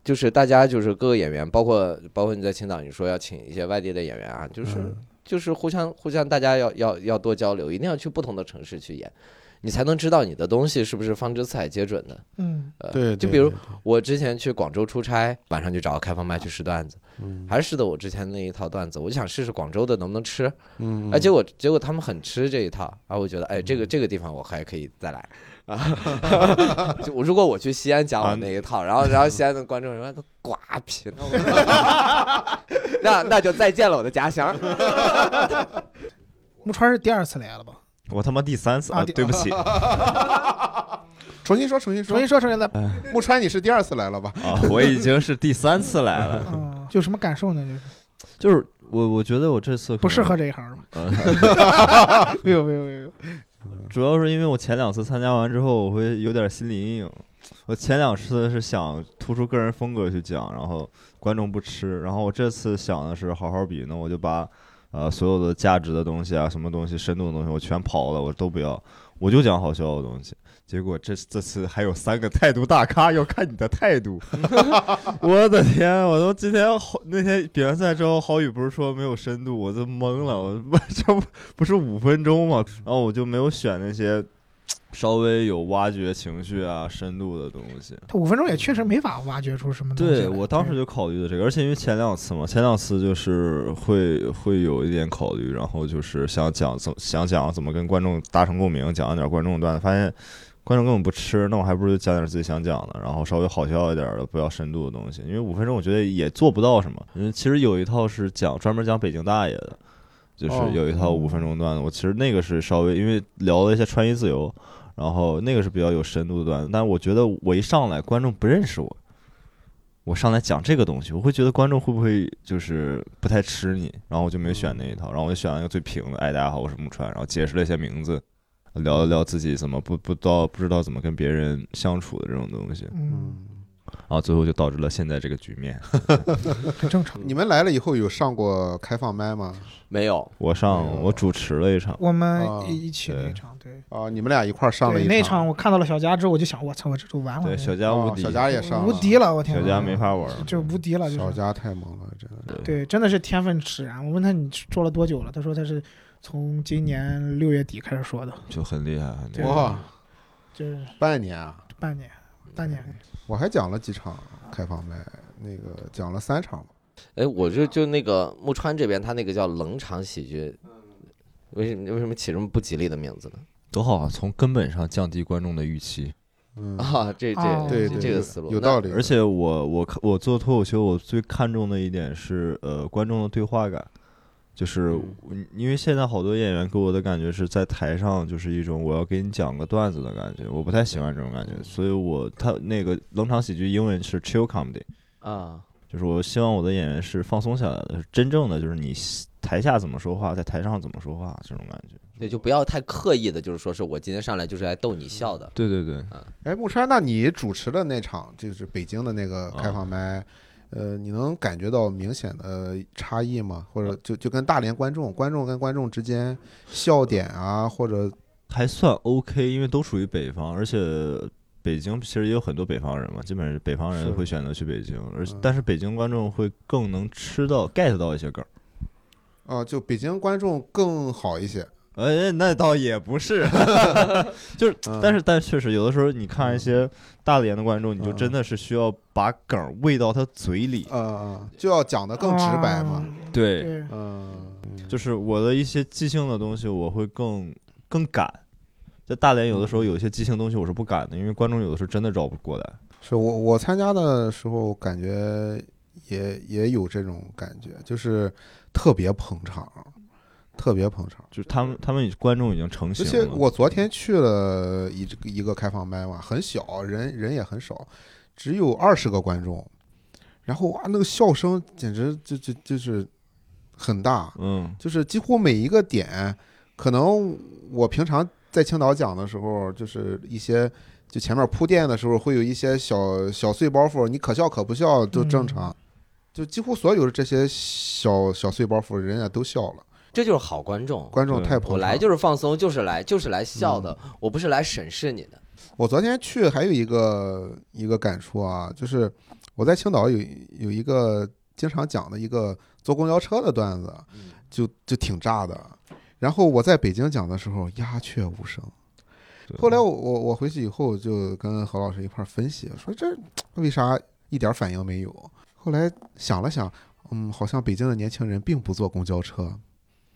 就是大家就是各个演员，包括包括你在青岛，你说要请一些外地的演员啊，就是、嗯就是互相互相大家要要要多交流，一定要去不同的城市去演，你才能知道你的东西是不是方知四海皆准的。嗯，呃，对，就对比如对我之前去广州出差，晚上就找开放麦去试段子，嗯还是试的我之前那一套段子，我就想试试广州的能不能吃，嗯，哎，嗯结果结果他们很吃这一套，啊，我觉得哎，这个这个地方我还可以再来啊。 就我如果我去西安啊讲我那一套，然后然后西安的观众说都瓜皮，那那就 再见了我的家乡。木川是第二次来了吧？我他妈第三次啊啊，第对不 起啊，重新说，重新重说新，说重新来。木川，你是第二次来了吧？我已经是第三次来 了。嗯，有什么感受呢？就是就是我，我觉得我这次可不适能合这一行吧？呃 没有没有没有，主要是因为我前两次参加完之后，我会有点心理阴影。我前两次是想突出个人风格去讲，然后观众不吃。然后我这次想的是好好比，那我就把呃所有的价值的东西啊，什么东西、深度的东西，我全刨了，我都不要，我就讲好笑的东西。结果这这次还有三个态度大咖要看你的态度，我的天！我都今天好那天比完赛之后，郝宇不是说没有深度，我都懵了，我 这不不是五分钟吗？然后我就没有选那些稍微有挖掘情绪啊、深度的东西。他五分钟也确实没法挖掘出什么东西来。嗯对我当时就考虑的这个，而且因为前两次嘛，前两次就是会会有一点考虑，然后就是想讲怎么想讲怎么跟观众达成共鸣，讲一点观众段子，发现观众根本不吃，那我还不如就讲点自己想讲的，然后稍微好笑一点的，不要深度的东西，因为五分钟我觉得也做不到什么。嗯，其实有一套是讲专门讲北京大爷的。就是哦有一嗯套五分钟段子，我其实那个是稍微因为聊了一下穿衣自由，然后那个是比较有深度的段子，但我觉得我一上来观众不认识我，我上来讲这个东西，我会觉得观众会不会就是不太吃你，然后我就没选那一套，然后我就选了一个最平的，哎，大家好，我是木川，然后解释了一些名字，聊了聊自己怎么不不到不知道怎么跟别人相处的这种东西，嗯，嗯，然后最后就导致了现在这个局面。很正常。你们来了以后有上过开放麦吗？没有，我哎呦上我主持了一场，我啊们一一起对那场，对，啊，你们俩一块儿上了对一那场我看到了小佳之后，我就想，我操，我这就完了，对我小哦佳无敌，小啊佳也上了，无敌了，我天，小佳没法玩，就无敌了，就小是佳太猛了，真的。对，真的是天分使然。我问他你做了多久了，他说他是从今年六月底开始说的，就很厉害，很厉对害。哇，就是半年啊！半年，半年。我还讲了几场开放麦，那个讲了三场吧。哎，我就就那个木川这边，他那个叫冷场喜剧，为什么为什么起这么不吉利的名字呢？ 多好啊！从根本上降低观众的预期， 嗯，啊，这这、哦对这对，这个对思路有道理。理的。而且我我看我做脱口秀，我最看重的一点是呃观众的对话感，就是嗯我因为现在好多演员给我的感觉是在台上就是一种我要给你讲个段子的感觉，我不太喜欢这种感觉，所以我他那个冷场喜剧英文是 chill comedy，那啊，就是我希望我的演员是放松下来的，是真正的就是你台下怎么说话，在台上怎么说话这种感觉。对，就不要太刻意的，就是说是我今天上来就是来逗你笑的。对对对，哎，木川，那你主持的那场就是北京的那个开放麦，呃，你能感觉到明显的差异吗？或者就就跟大连观众，观众跟观众之间笑点啊，或者还算 OK，因为都属于北方，而且北京其实也有很多北方人嘛，基本上是北方是人会选择去北京，而嗯但是北京观众会更能吃到 get 到一些梗儿。啊、就北京观众更好一些。呃，那倒也不是， 就是，嗯但是但确实有的时候你看一些大连的观众，你就嗯真的是需要把梗儿喂到他嘴里。呃，就要讲的更直白嘛。啊对，对，嗯，就是我的一些即兴的东西，我会更更敢。在大连有的时嗯候有一些即兴东西我是不敢的，因为观众有的时候真的绕不过来。是我我参加的时候感觉也也有这种感觉，就是特别捧场，特别捧场。就是他们他们已观众已经成而型且了。我昨天去了一一个开放麦嘛，很小，人人也很少，只有二十个观众，然后哇，那个笑声简直就就就是很大，嗯就是几乎每一个点，可能我平常在青岛讲的时候，就是一些就前面铺垫的时候，会有一些小小碎包袱，你可笑可不笑都正常，就几乎所有的这些小小碎包袱，人家都笑了，这就是好观众。观众嗯对太捧我场来了。就是放松，就是来就是来笑的，我不是来审视你的。我昨天去还有一个一个感触啊，就是我在青岛有有一个经常讲的一个坐公交车的段子，嗯就就挺炸的。然后我在北京讲的时候鸦雀无声。对后来我我我回去以后就跟何老师一块儿分析，说这为啥一点反应没有？后来想了想，嗯，好像北京的年轻人并不坐公交车，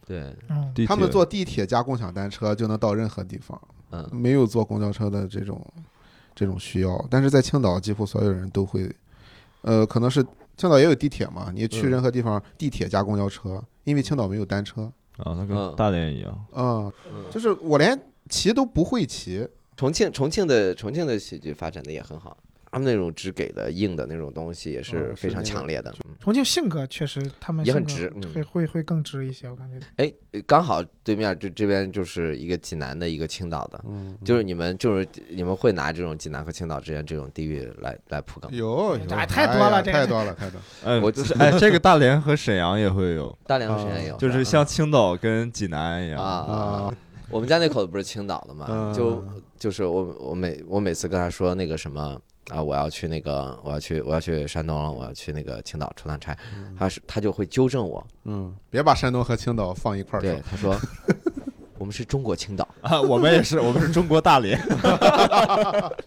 对，嗯，地他们铁坐地铁加共享单车就能到任何地方。嗯，没有坐公交车的这种这种需要，但是在青岛几乎所有人都会，呃，可能是青岛也有地铁嘛，你去嗯任何地方，地铁加公交车，因为青岛没有单车，啊，那嗯跟大连一样，嗯，就是我连骑都不会骑，重庆重庆的重庆的喜剧发展的也很好，他们那种直给的硬的那种东西也是嗯非是常那个强烈的。嗯重庆性格确实他们也很性格直会嗯会会更直一些，我感觉。哎，刚好对面这这边就是一个济南的，一个青岛的，嗯，就是你们就是你们会拿这种济南和青岛之间这种地域来来铺梗。有有哎太多了呀这个太多了，太多了，哎，我就是哎，这个大连和沈阳也会有，大连和沈阳也有，啊就是像青岛跟济南嗯啊一样啊，啊啊我们家那口子不是青岛的嘛，嗯就就是我我每我每次跟他说那个什么。啊！我要去那个，我要去，我要去山东了，我要去那个青岛出趟差，他是他就会纠正我，嗯，别把山东和青岛放一块儿对说，他说，我们是中国青岛，啊，我们也是，我们是中国大连，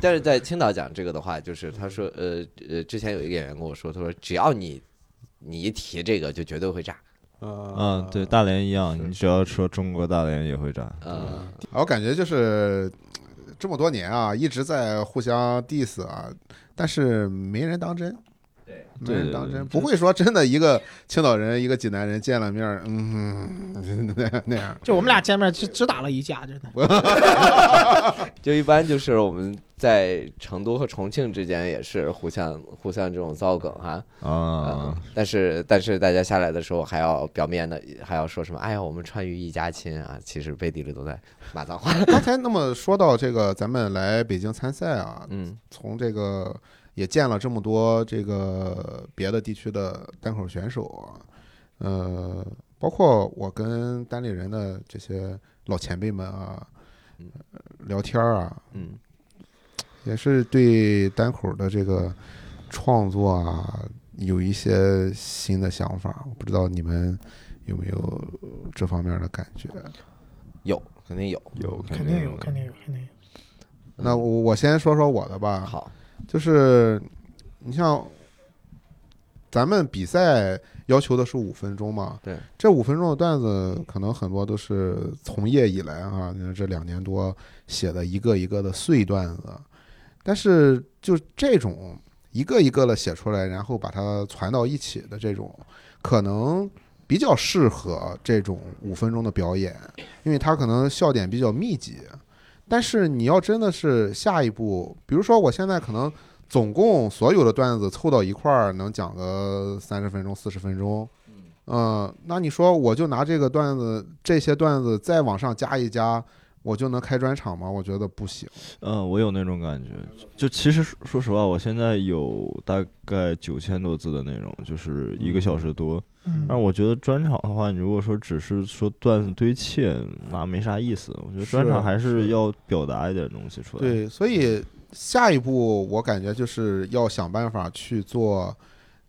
但是在青岛讲这个的话，就是他说，呃呃，之前有一个演员跟我说，他说只要你你一提这个，就绝对会炸。嗯嗯，对，大连一样，是你只要说中国大连也会炸，嗯，啊我感觉就是呃这么多年啊，一直在互相 diss 啊，但是没人当真。没对人对当真，对不会说真的一个青岛人一个济南人见了面儿，嗯，那样那样。就我们俩见面只只打了一架，真的。就一般就是我们在成都和重庆之间也是互相互相这种造梗哈、啊嗯，，但是但是大家下来的时候还要表面的还要说什么？哎呀，我们川渝一家亲啊！其实背地里都在骂脏话。刚才那么说到这个，咱们来北京参赛啊，嗯从这个也见了这么多这个别的地区的单口选手啊，呃，包括我跟单立人的这些老前辈们啊嗯，呃聊天儿啊，嗯，也是对单口的这个创作啊有一些新的想法，我不知道你们有没有这方面的感觉。有肯定有。有肯定嗯有，肯定有，肯定有。那我我先说说我的吧，好，就是你像咱们比赛要求的是五分钟嘛，对，这五分钟的段子可能很多都是从业以来啊，这两年多写的一个一个的碎段子，但是就这种一个一个的写出来，然后把它攒到一起的这种，可能比较适合这种五分钟的表演，因为它可能笑点比较密集。但是你要真的是下一步，比如说我现在可能总共所有的段子凑到一块儿能讲个三十分钟、四十分钟，嗯，那你说我就拿这个段子、这些段子再往上加一加，我就能开专场吗？我觉得不行。嗯，我有那种感觉。就其实说说实话，我现在有大概九千多字的内容，就是一个小时多。嗯啊但，我觉得专场的话，你如果说只是说段子堆砌，那没啥意思。我觉得专是啊场还是是要表达一点东西出来。，对，所以下一步我感觉就是要想办法去做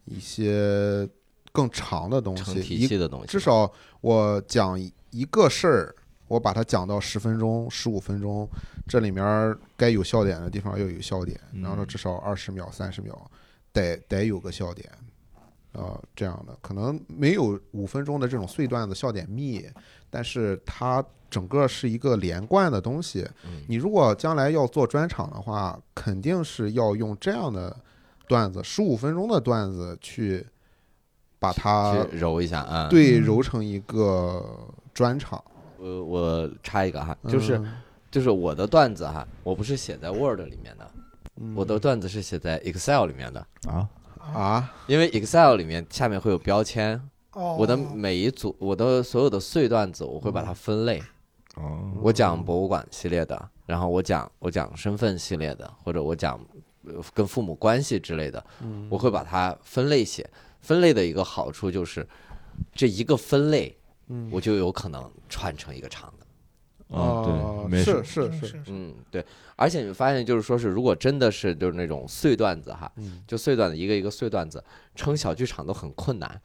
一些更长的东成西，体嗯一系的东西，至少我讲一个事儿，我把它讲到十分钟、十五分钟，这里面儿该有笑点的地方要有笑点，嗯然后至少二十秒、三十秒，得得有个笑点。啊、这样的可能没有五分钟的这种碎段子笑点密，但是它整个是一个连贯的东西。嗯你如果将来要做专场的话，肯定是要用这样的段子，十五分钟的段子去把它去揉一下啊。对，嗯揉成一个专场，我我插一个哈，就是嗯就是我的段子哈，我不是写在 Word 里面的，嗯我的段子是写在 Excel 里面的，啊，啊，因为 Excel 里面下面会有标签，哦，我的每一组我的所有的碎段子我会把它分类，哦，我讲博物馆系列的，然后我讲我讲身份系列的，或者我讲呃跟父母关系之类的，我会把它分类写。分类的一个好处就是，这一个分类，嗯我就有可能串成一个长的。哦，哦对，没是事，是是是，是嗯，对。而且你发现就是说是，如果真的是就是那种碎段子哈，嗯就碎段子一个一个碎段子，撑小剧场都很困难，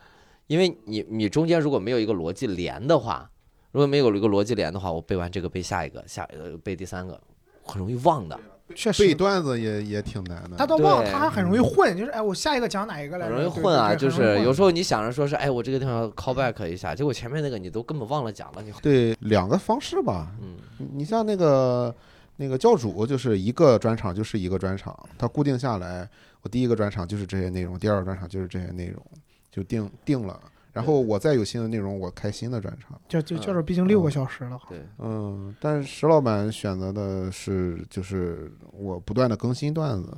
因为你你中间如果没有一个逻辑连的话，如果没有一个逻辑连的话，我背完这个背下一个，下一个背第三个，很容易忘的，确实背段子也也挺难的。他都忘了，对嗯他很容易混，就是哎，我下一个讲哪一个来很着？容易对混啊。对对就很容易是混有时候你想着说是哎，我这个地方 call back 一下，结果前面那个你都根本忘了讲了，你对，两个方式吧。嗯你你像那个那个教主，就是一个专场就是一个专场，他固定下来，我第一个专场就是这些内容，第二个专场就是这些内容，就定定了。然后我再有新的内容，我开新的专场。就嗯就就是，毕竟六个小时了，对嗯，但是石老板选择的是，就是我不断的更新段子，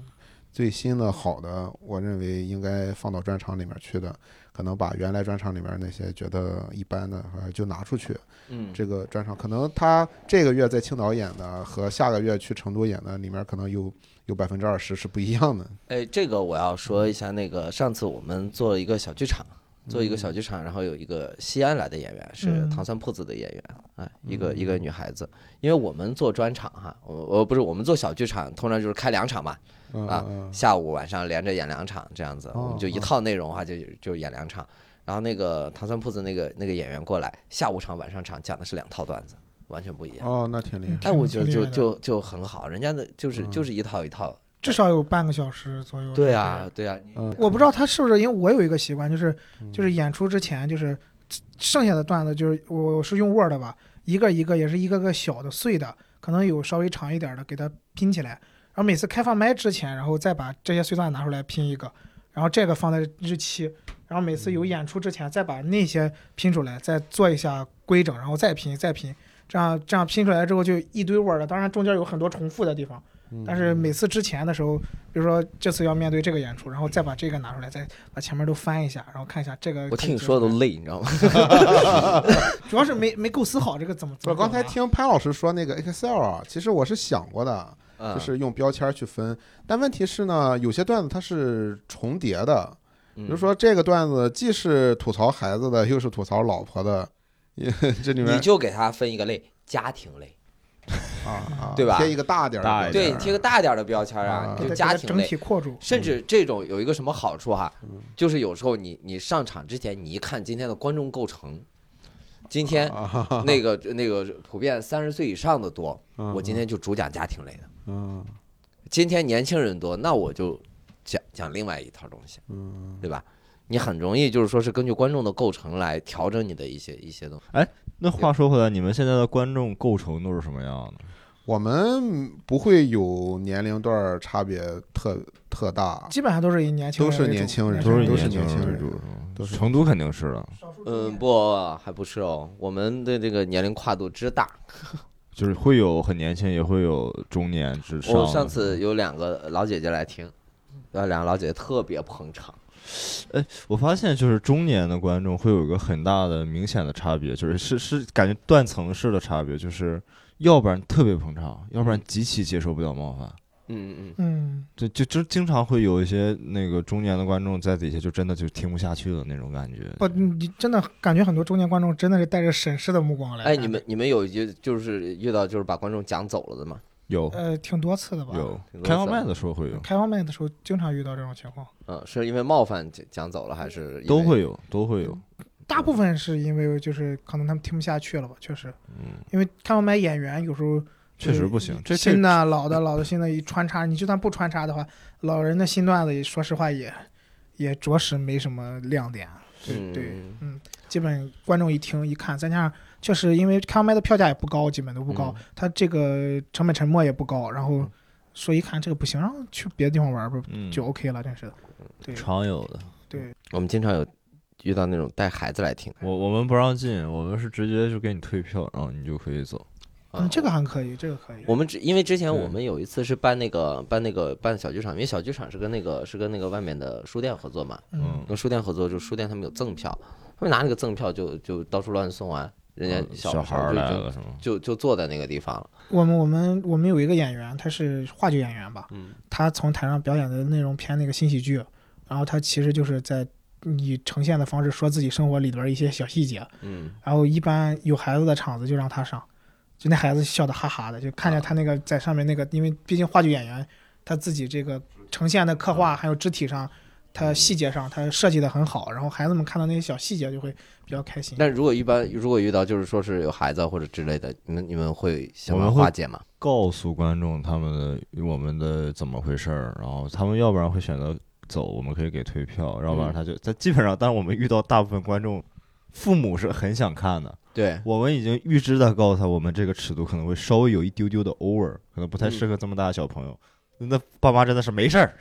最新的好的，我认为应该放到专场里面去的，可能把原来专场里面那些觉得一般的，还就拿出去。嗯这个专场可能他这个月在青岛演的和下个月去成都演的里面，可能有有百分之二十是不一样的。哎，这个我要说一下，那个上次我们做一个小剧场，做一个小剧场，然后有一个西安来的演员是嗯糖蒜铺子的演员，哎，一个一个女孩子，因为我们做专场哈，我我不是我们做小剧场，通常就是开两场嘛，嗯啊嗯 下午晚上连着演两场这样子，我们就一哦套内容的话就就演两场，然后那个糖蒜铺子那个那个演员过来，下午场晚上场讲的是两套段子，完全不一样。哦，那挺厉嗯害。哎，我觉得挺厉害就的就就很好，人家的就是就是一套一套，至少有半个小时左右。对啊，对啊，嗯，我不知道他是不是，因为我有一个习惯，就是嗯就是演出之前，就是剩下的段子，就是我是用 Word 吧，一个一个也是一个个小的碎的，可能有稍微长一点的，给它拼起来。然后每次开放麦之前，然后再把这些碎段拿出来拼一个，然后这个放在日期，然后每次有演出之前再把那些拼出来，再做一下规整，然后再拼再拼，这样这样拼出来之后就一堆 Word 了。当然中间有很多重复的地方。嗯但是每次之前的时候，比如说这次要面对这个演出，然后再把这个拿出来，再把前面都翻一下，然后看一下这个。我听你说的都，累，你知道吗？主要是没没构思好这个怎么。怎我么啊刚才表达听潘老师说那个 Excel 啊，其实我是想过的，嗯就是用标签去分。但问题是呢，有些段子它是重叠的，比嗯比如说这个段子既是吐槽孩子的，又是吐槽老婆的，也这里你面就给它分一个类，家庭类，啊啊， 对吧贴一个大点儿的大标签一对点你贴个大点儿的标签儿啊啊，你给就它家给它庭整类。体扩住。甚至这种有一个什么好处哈嗯，就是有时候你你上场之前，你一看今天的观众构成，今天啊，那个那个普遍三十岁以上的多，嗯我今天就主讲家庭类的；嗯今天年轻人多，那我就讲讲另外一套东西，嗯对吧？你很容易就是说是根据观众的构成来调整你的一些一些东西。那话说回来，你们现在的观众构成都是什么样的？我们不会有年龄段儿差别特特大，基本上都是以年轻人都是为主年轻人年都是都年轻轻为人主，是吗都是成都肯定是了，嗯，不，还不是哦，我们的这个年龄跨度之大，就是会有很年轻，也会有中年之上的。我上次有两个老姐姐来听，然后两个老姐姐特别捧场。我发现就是中年的观众会有一个很大的明显的差别，就是是是感觉断层式的差别，就是要不然特别捧场，要不然极其接受不了冒犯。嗯嗯嗯，对，就就经常会有一些那个中年的观众在底下就真的就听不下去了那种感觉。不，你真的感觉很多中年观众真的是带着审视的目光来嗯。看。哎，你们你们有一就是遇到就是把观众讲走了的吗？有呃挺多次的吧？有挺多开放次麦的时候会有，开放麦的时候经常遇到这种情况，嗯，是因为冒犯讲讲走了还是因都为会有都会有。大部分是因为就是可能他们听不下去了吧，确实，嗯，因为开放麦演员有时候确实不行，这这新的、老的、老的、新的一穿插，你就算不穿插的话，老人的新段子也，说实话也也着实没什么亮点。啊嗯对，基本观众一听一看，再加上确实因为开放麦的票价也不高，基本都不高，嗯他这个成本沉没也不高，然后说一看这个不行，然后去别的地方玩儿吧，嗯就 OK 了，真是的。对常有的。对，我们经常有遇到那种带孩子来听的我我们不让进，我们是直接就给你退票，然后你就可以走。啊嗯，这个还可以，这个可以。我们只因为之前对我们有一次是办那个办那个办小剧场，因为小剧场是跟那个是跟那个外面的书店合作嘛，嗯嗯，跟书店合作，就书店他们有赠票，他们拿那个赠票就就到处乱送啊，人家嗯小小孩儿就来就了是吗？就就坐在那个地方了，我们我们我们有一个演员，他是话剧演员吧，嗯，他从台上表演的内容偏那个新喜剧，然后他其实就是在以呈现的方式说自己生活里边儿一些小细节，嗯，然后一般有孩子的场子就让他上，就那孩子笑得哈哈的，就看着他那个在上面那个，因为毕竟话剧演员他自己这个呈现的刻画还有肢体上。他细节上，他设计的很好，然后孩子们看到那些小细节就会比较开心。但如果一般如果遇到就是说是有孩子或者之类的，你们你们会想我们办法会化解吗？告诉观众他们的我们的怎么回事儿，然后他们要不然会选择走，我们可以给退票，要不然嗯他就他基本上，但是我们遇到大部分观众。父母是很想看的，对，我们已经预知的告诉他，我们这个尺度可能会稍微有一丢丢的 over，可能不太适合这么大的小朋友。那爸妈真的是没事儿，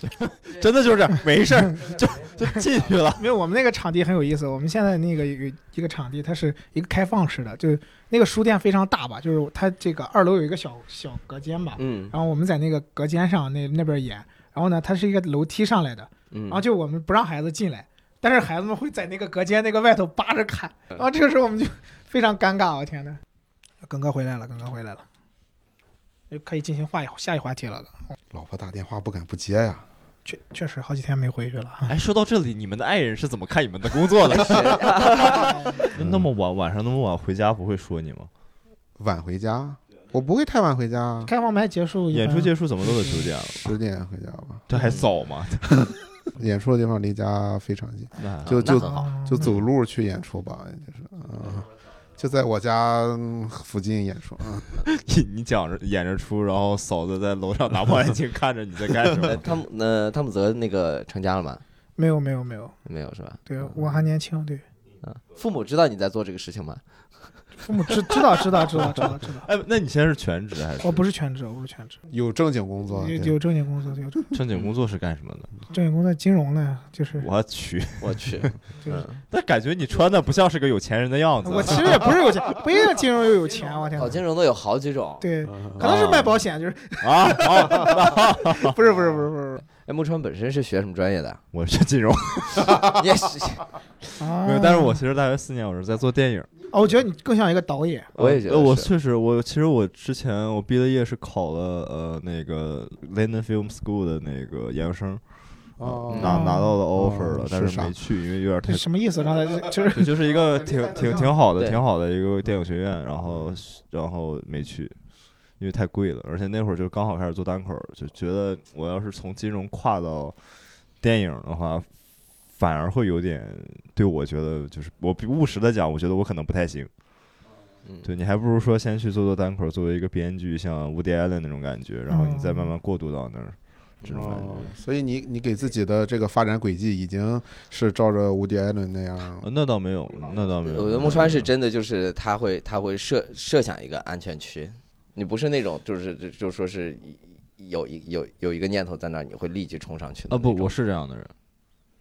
真的就是这样，没事儿就就进去了。没有，我们那个场地很有意思。我们现在那个有一个场地，它是一个开放式的，就是那个书店非常大吧，就是它这个二楼有一个小小隔间吧，嗯然后我们在那个隔间上那那边演，然后呢，它是一个楼梯上来的，嗯然啊后就我们不让孩子进来，但是孩子们会在那个隔间那个外头扒着看，然后这个时候我们就非常尴尬，我天呐，哎耿哥回来了，耿哥回来了，就可以进行话一下一话题了。老婆打电话不敢不接呀。确确实好几天没回去了 啊。哎，说到这里，你们的爱人是怎么看你们的工 作的？那么晚晚上那么晚回家不会说你吗？晚回家，我不会太晚回家，开放麦结束一般，演出结束怎么都得九 点了，嗯十点回家吧。这还早吗？演出的地方离家非常近，那就啊那就很哦好，就走路去演出吧，就是嗯，就在我家嗯附近演出啊。 你你讲着演着出，然后嫂子在楼上拿望远镜看着你在干什呃么？汤姆呃汤姆泽那个成家了吗？没有没有没有，没有是吧？对嗯我还年轻，对啊，父母知道你在做这个事情吗？父母知知道知道知道知道知 道， 哎，那你现在是全职还是我不是全职，我不是全职，有正经工作，有对有正经工作，有正正经工作是干什么的？经工作金融的，就是我去，我 去，就是但感觉你穿的不像是个有钱人的样子。啊我其实也不是有钱，不一定金融又有钱，我天搞呐，金融的有好几种。对，嗯可能是卖保险，就是啊， 好，不是不是不是不是哎，木川本身是学什么专业 的？我是金融，你也 是，不是啊嗯没有，但是我其实大学四年我是在做电影。哦，我觉得你更像一个导演，我也觉呃得我是。确实，我其实我之前我毕了业是考了呃那个 London Film School 的那个研究生，哦嗯拿拿到了哦 offer 了，是但是啥没去，因为有点这太什么意思？刚才就 就是就就是一个挺挺挺好的、对挺好的一个电影学院，然后然后没去，因为太贵了，而且那会儿就刚好开始做单口儿，就觉得我要是从金融跨到电影的话，反而会有点对我觉得就是我比务实的讲，我觉得我可能不太行。嗯对你还不如说先去做做单口儿，作为一个编剧，像 Woody Allen 那种感觉，然后你再慢慢过渡到那儿，这种感觉。哦，所以你你给自己的这个发展轨迹已经是照着无敌艾伦那样呃，那倒没有，那倒没有。我觉得那木倒川没是有真的，就是他会他会设设想一个安全区，你不是那种就是就就说是有一有有一个念头在那儿，你会立即冲上去的啊不，那种我是这样的人。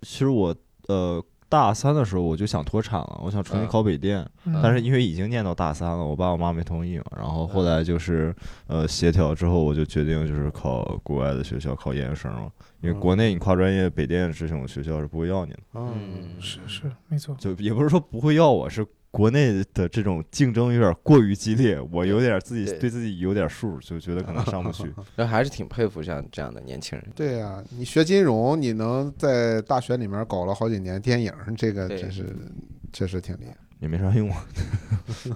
其实我呃大三的时候我就想脱产了，我想重新嗯考北电，嗯但是因为已经念到大三了，我爸我妈没同意嘛。然后后嗯来就是呃协调之后，我就决定就是考国外的学校，考研究生了。因为嗯国内你跨专业，北电这种学校是不会要你的，嗯嗯，是是没错，就也不是说不会要我，是国内的这种竞争有点过于激烈，我有点自己对对自己有点数，就觉得可能上不去。然后还是挺佩服像这样的年轻人。对呀、你学金融，你能在大学里面搞了好几年电影，这个对真是确实挺厉害。也没啥用 啊。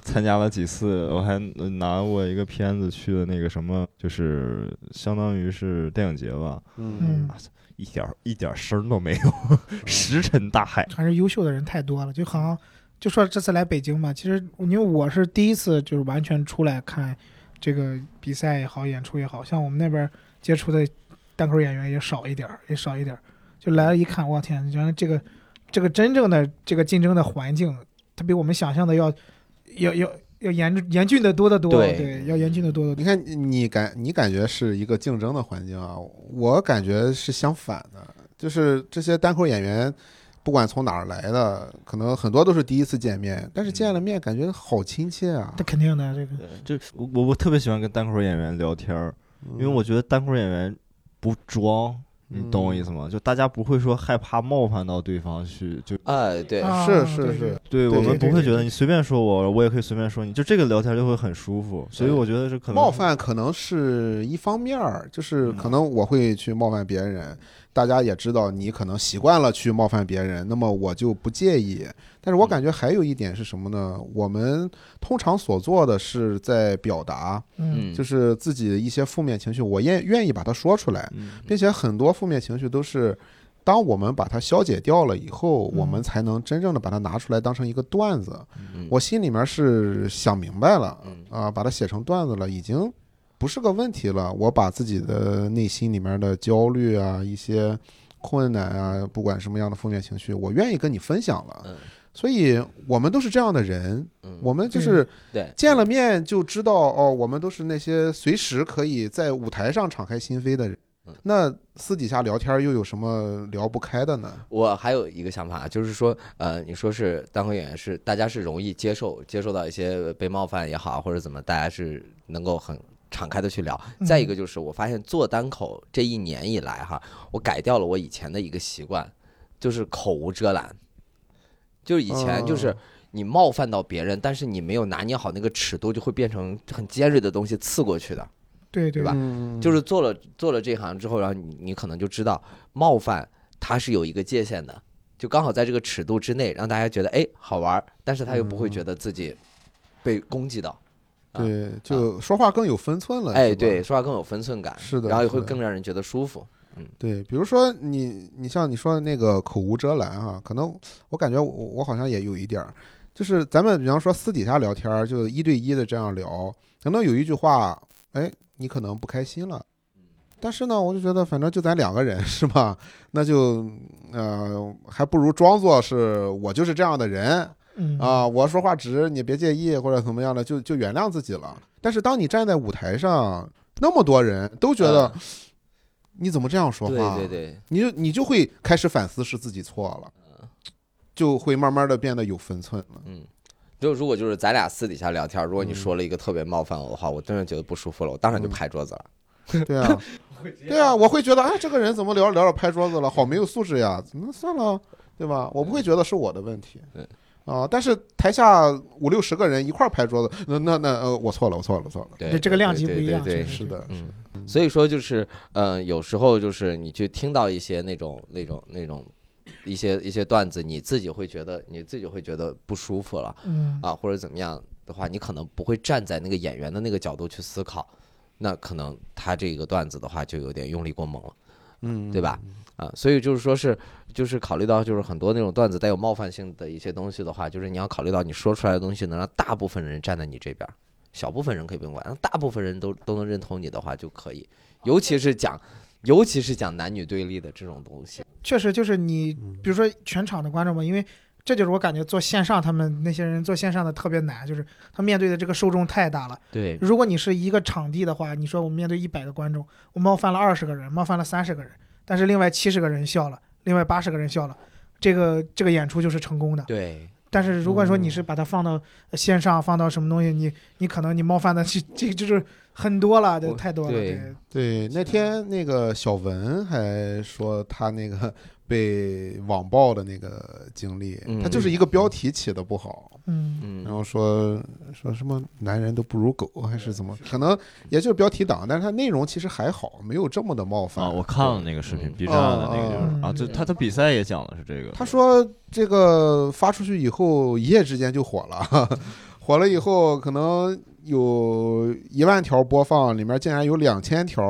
参加了几次，我还呃拿过一个片子去了那个什么，就是相当于是电影节吧，嗯，一点儿一点儿声儿都没有， 石沉大海。还是优秀的人太多了，就好像就说这次来北京吧，其实因为我是第一次就是完全出来看这个比赛也好，演出也好，像我们那边接触的单口演员也少一点儿，也少一点儿，就来了一看，我天，原来这个这个真正的这个竞争的环境，它比我们想象的要要要要严严峻的多得多，对要严峻的多得多。你看，你感你感觉是一个竞争的环境啊，我感觉是相反的，就是这些单口演员不管从哪儿来的，可能很多都是第一次见面，但是见了面感觉好亲切啊那。肯定的，这个就我我我特别喜欢跟单口演员聊天儿，嗯因为我觉得单口演员不装，你懂我意思吗？就大家不会说害怕冒犯到对方去，就哎，对，啊嗯是是对是，对我们对不对会觉得你随便说我，我也可以随便说你，就这个聊天就会很舒服。所以对我觉得是可能冒犯可能是一方面儿，嗯就是可能我会去冒犯别人，大家也知道你可能习惯了去冒犯别人，那么我就不介意。但嗯是我感觉还有一点是什么呢？我们通常所做的是在表达，嗯嗯，就是是自己的一些负面情绪，我愿愿意把它说出来，嗯并且很多负面情绪都是。当我们把它消解掉了以后，嗯我们才能真正的把它拿出来当成一个段子。嗯我心里面是想明白了嗯啊、把它写成段子了，已经不是个问题了。我把自己的内心里面的焦虑啊、一些困难啊，不管什么样的负面情绪，我愿意跟你分享了嗯。所以我们都是这样的人，嗯我们就是对见了面就知道哦，我们都是那些随时可以在舞台上敞开心扉的人嗯。那私底下聊天又有什么聊不开的呢？我还有一个想法，就是说，呃，你说是单口演员是大家是容易接受接受到一些被冒犯也好，或者怎么，大家是能够很敞开的去聊。嗯再一个就是，我发现做单口这一年以来哈，我改掉了我以前的一个习惯，就是口无遮拦。就是以前就是哦你冒犯到别人，但是你没有拿捏好那个尺度，就会变成很尖锐的东西刺过去的。对对吧嗯就是做了做了这行之后，然后你你可能就知道冒犯它是有一个界限的，就刚好在这个尺度之内，让大家觉得哎好玩儿，但是他又不会觉得自己被攻击到。啊对，就说话更有分寸了。哎，嗯是吧对，说话更有分寸感，是的然后也是会的更让人觉得舒服。对，比如说你，你像你说的那个口无遮拦啊，可能我感觉我我好像也有一点儿，就是咱们比方说私底下聊天儿，就一对一的这样聊，可能有一句话，哎，你可能不开心了，但是呢，我就觉得反正就咱两个人 是吧？那就呃，还不如装作是我就是这样的人嗯啊，我说话直，你别介意或者怎么样的，就就原谅自己了。但是当你站在舞台上，那么多人都觉得。嗯你怎么这样说话？对对对，你就你就会开始反思是自己错了，就会慢慢的变得有分寸 了。嗯。就如果就是咱俩私底下聊天，如果你嗯说了一个特别冒犯我的话，我真的觉得不舒服了，我当场就拍桌子了。对啊，对啊，我会觉得哎，这个人怎么聊着聊着拍桌子了，好没有素质呀？怎么算了，对吧？我不会觉得是我的问题对。啊、但是台下五六十个人一块儿拍桌子，那那那呃，我错了，我错了，我错了。对，对这个量级对不一样对对确实是的，嗯，所以说就是，嗯，有时候就是你去听到一些那种那种那种一些一些段子，你自己会觉得你自己会觉得不舒服了嗯啊，或者怎么样的话，你可能不会站在那个演员的那个角度去思考，那可能他这个段子的话就有点用力过猛了，嗯，对吧？啊，所以就是说是就是考虑到就是很多那种段子带有冒犯性的一些东西的话，就是你要考虑到你说出来的东西能让大部分人站在你这边儿，小部分人可以不用管，让大部分人都都能认同你的话就可以，尤其是讲。尤其是讲男女对立的这种东西，确实就是你，嗯比如说全场的观众嘛，因为这就是我感觉做线上他们那些人做线上的特别难，就是他面对的这个受众太大了。对如果你是一个场地的话，你说我面对一百个观众，我冒犯了二十个人，冒犯了三十个人，但是另外七十个人笑了，另外八十个人笑了，这个这个演出就是成功的。对，嗯但是如果说你是把它放到呃线上，放到什么东西，你你可能你冒犯的 这这就是很多了，对我太多了，对对对，那天那个小文还说他那个被网暴的那个经历，嗯他就是一个标题起的不好，嗯，然嗯，后说说什么男人都不如狗还是怎么？可能也就是标题党，但是它内容其实还好，没有这么的冒犯。啊，我看了那个视频嗯，B 站的哦那个就是嗯啊，就他他比赛也讲的是这个，他说这个发出去以后，一夜之间就火了，火了以后可能有一万条播放，里面竟然有两千条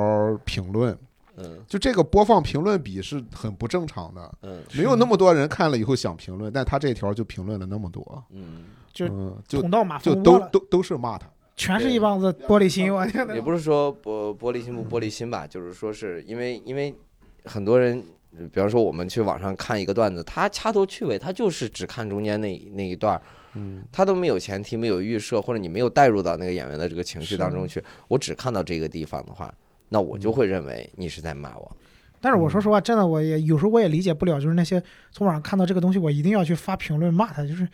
评论，嗯就这个播放评论比是很不正常的。嗯没有那么多人看了以后想评论，但他这条就评论了那么多，嗯，就嗯，就捅到马就蜂窝都了，都都是骂他。全是一帮子玻璃心，我天哪也！不是说玻玻璃心不玻璃心吧，就是说是因为因为很多人，比方说我们去网上看一个段子，他掐头去尾，他就是只看中间那那一段儿，嗯，他都没有前提，没有预设，或者你没有带入到那个演员的这个情绪当中去，我只看到这个地方的话，那我就会认为你是在骂我。但是我说实话，真的，我也有时候我也理解不了，就是那些从网上看到这个东西，我一定要去发评论骂他，就是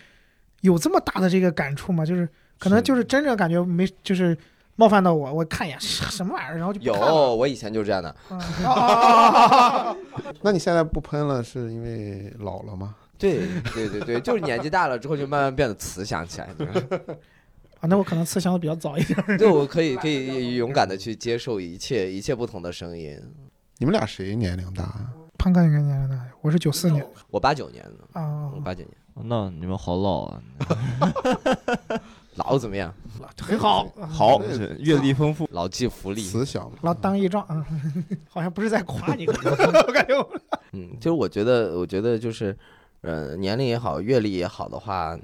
有这么大的这个感触吗？就是可能就是真正感觉没，就是冒犯到我，我看一眼什么玩意儿，然后就不有看了。我以前就是这样的，嗯哦哦哦哦那你现在不喷了，是因为老了吗？对对 对对，就是年纪大了之后就慢慢变得慈祥起来。啊，那我可能思想的比较早一点。对，我可以可以勇敢的去接受一切一切不同的声音。你们俩谁年龄大啊？潘哥应该年龄大，我是九四年我八九年的，啊啊我，八九年，哦那你们好老啊，老怎么样？很好，好对阅历丰富，老骥伏枥。慈祥嘛老当益壮啊， 好像不是在夸你， 我感觉我嗯，就是我觉得，我觉得就是，呃，年龄也好，阅历也好的话，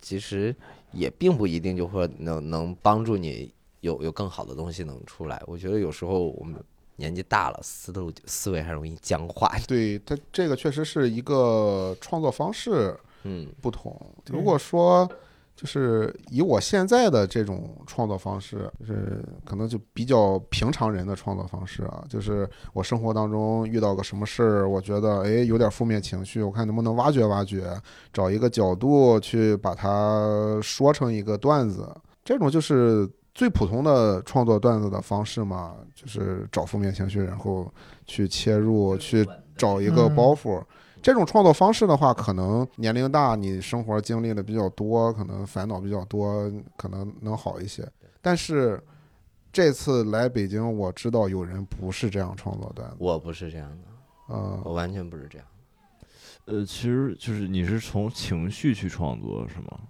其实也并不一定就会能能帮助你有有更好的东西能出来。我觉得有时候我们年纪大了，思路思维还容易僵化。 对他这个确实是一个创作方式嗯不同。对如果说就是以我现在的这种创作方式，就是可能就比较平常人的创作方式啊，就是我生活当中遇到个什么事儿，我觉得哎有点负面情绪，我看能不能挖掘挖掘，找一个角度去把它说成一个段子，这种就是。最普通的创作段子的方式嘛，就是找负面情绪，然后去切入，去找一个嗯包袱。这种创作方式的话，可能年龄大，你生活经历的比较多，可能烦恼比较多，可能能好一些。但是这次来北京，我知道有人不是这样创作段子，我不是这样呃，的，哦我完全不是这样。呃，其实就是你是从情绪去创作是吗？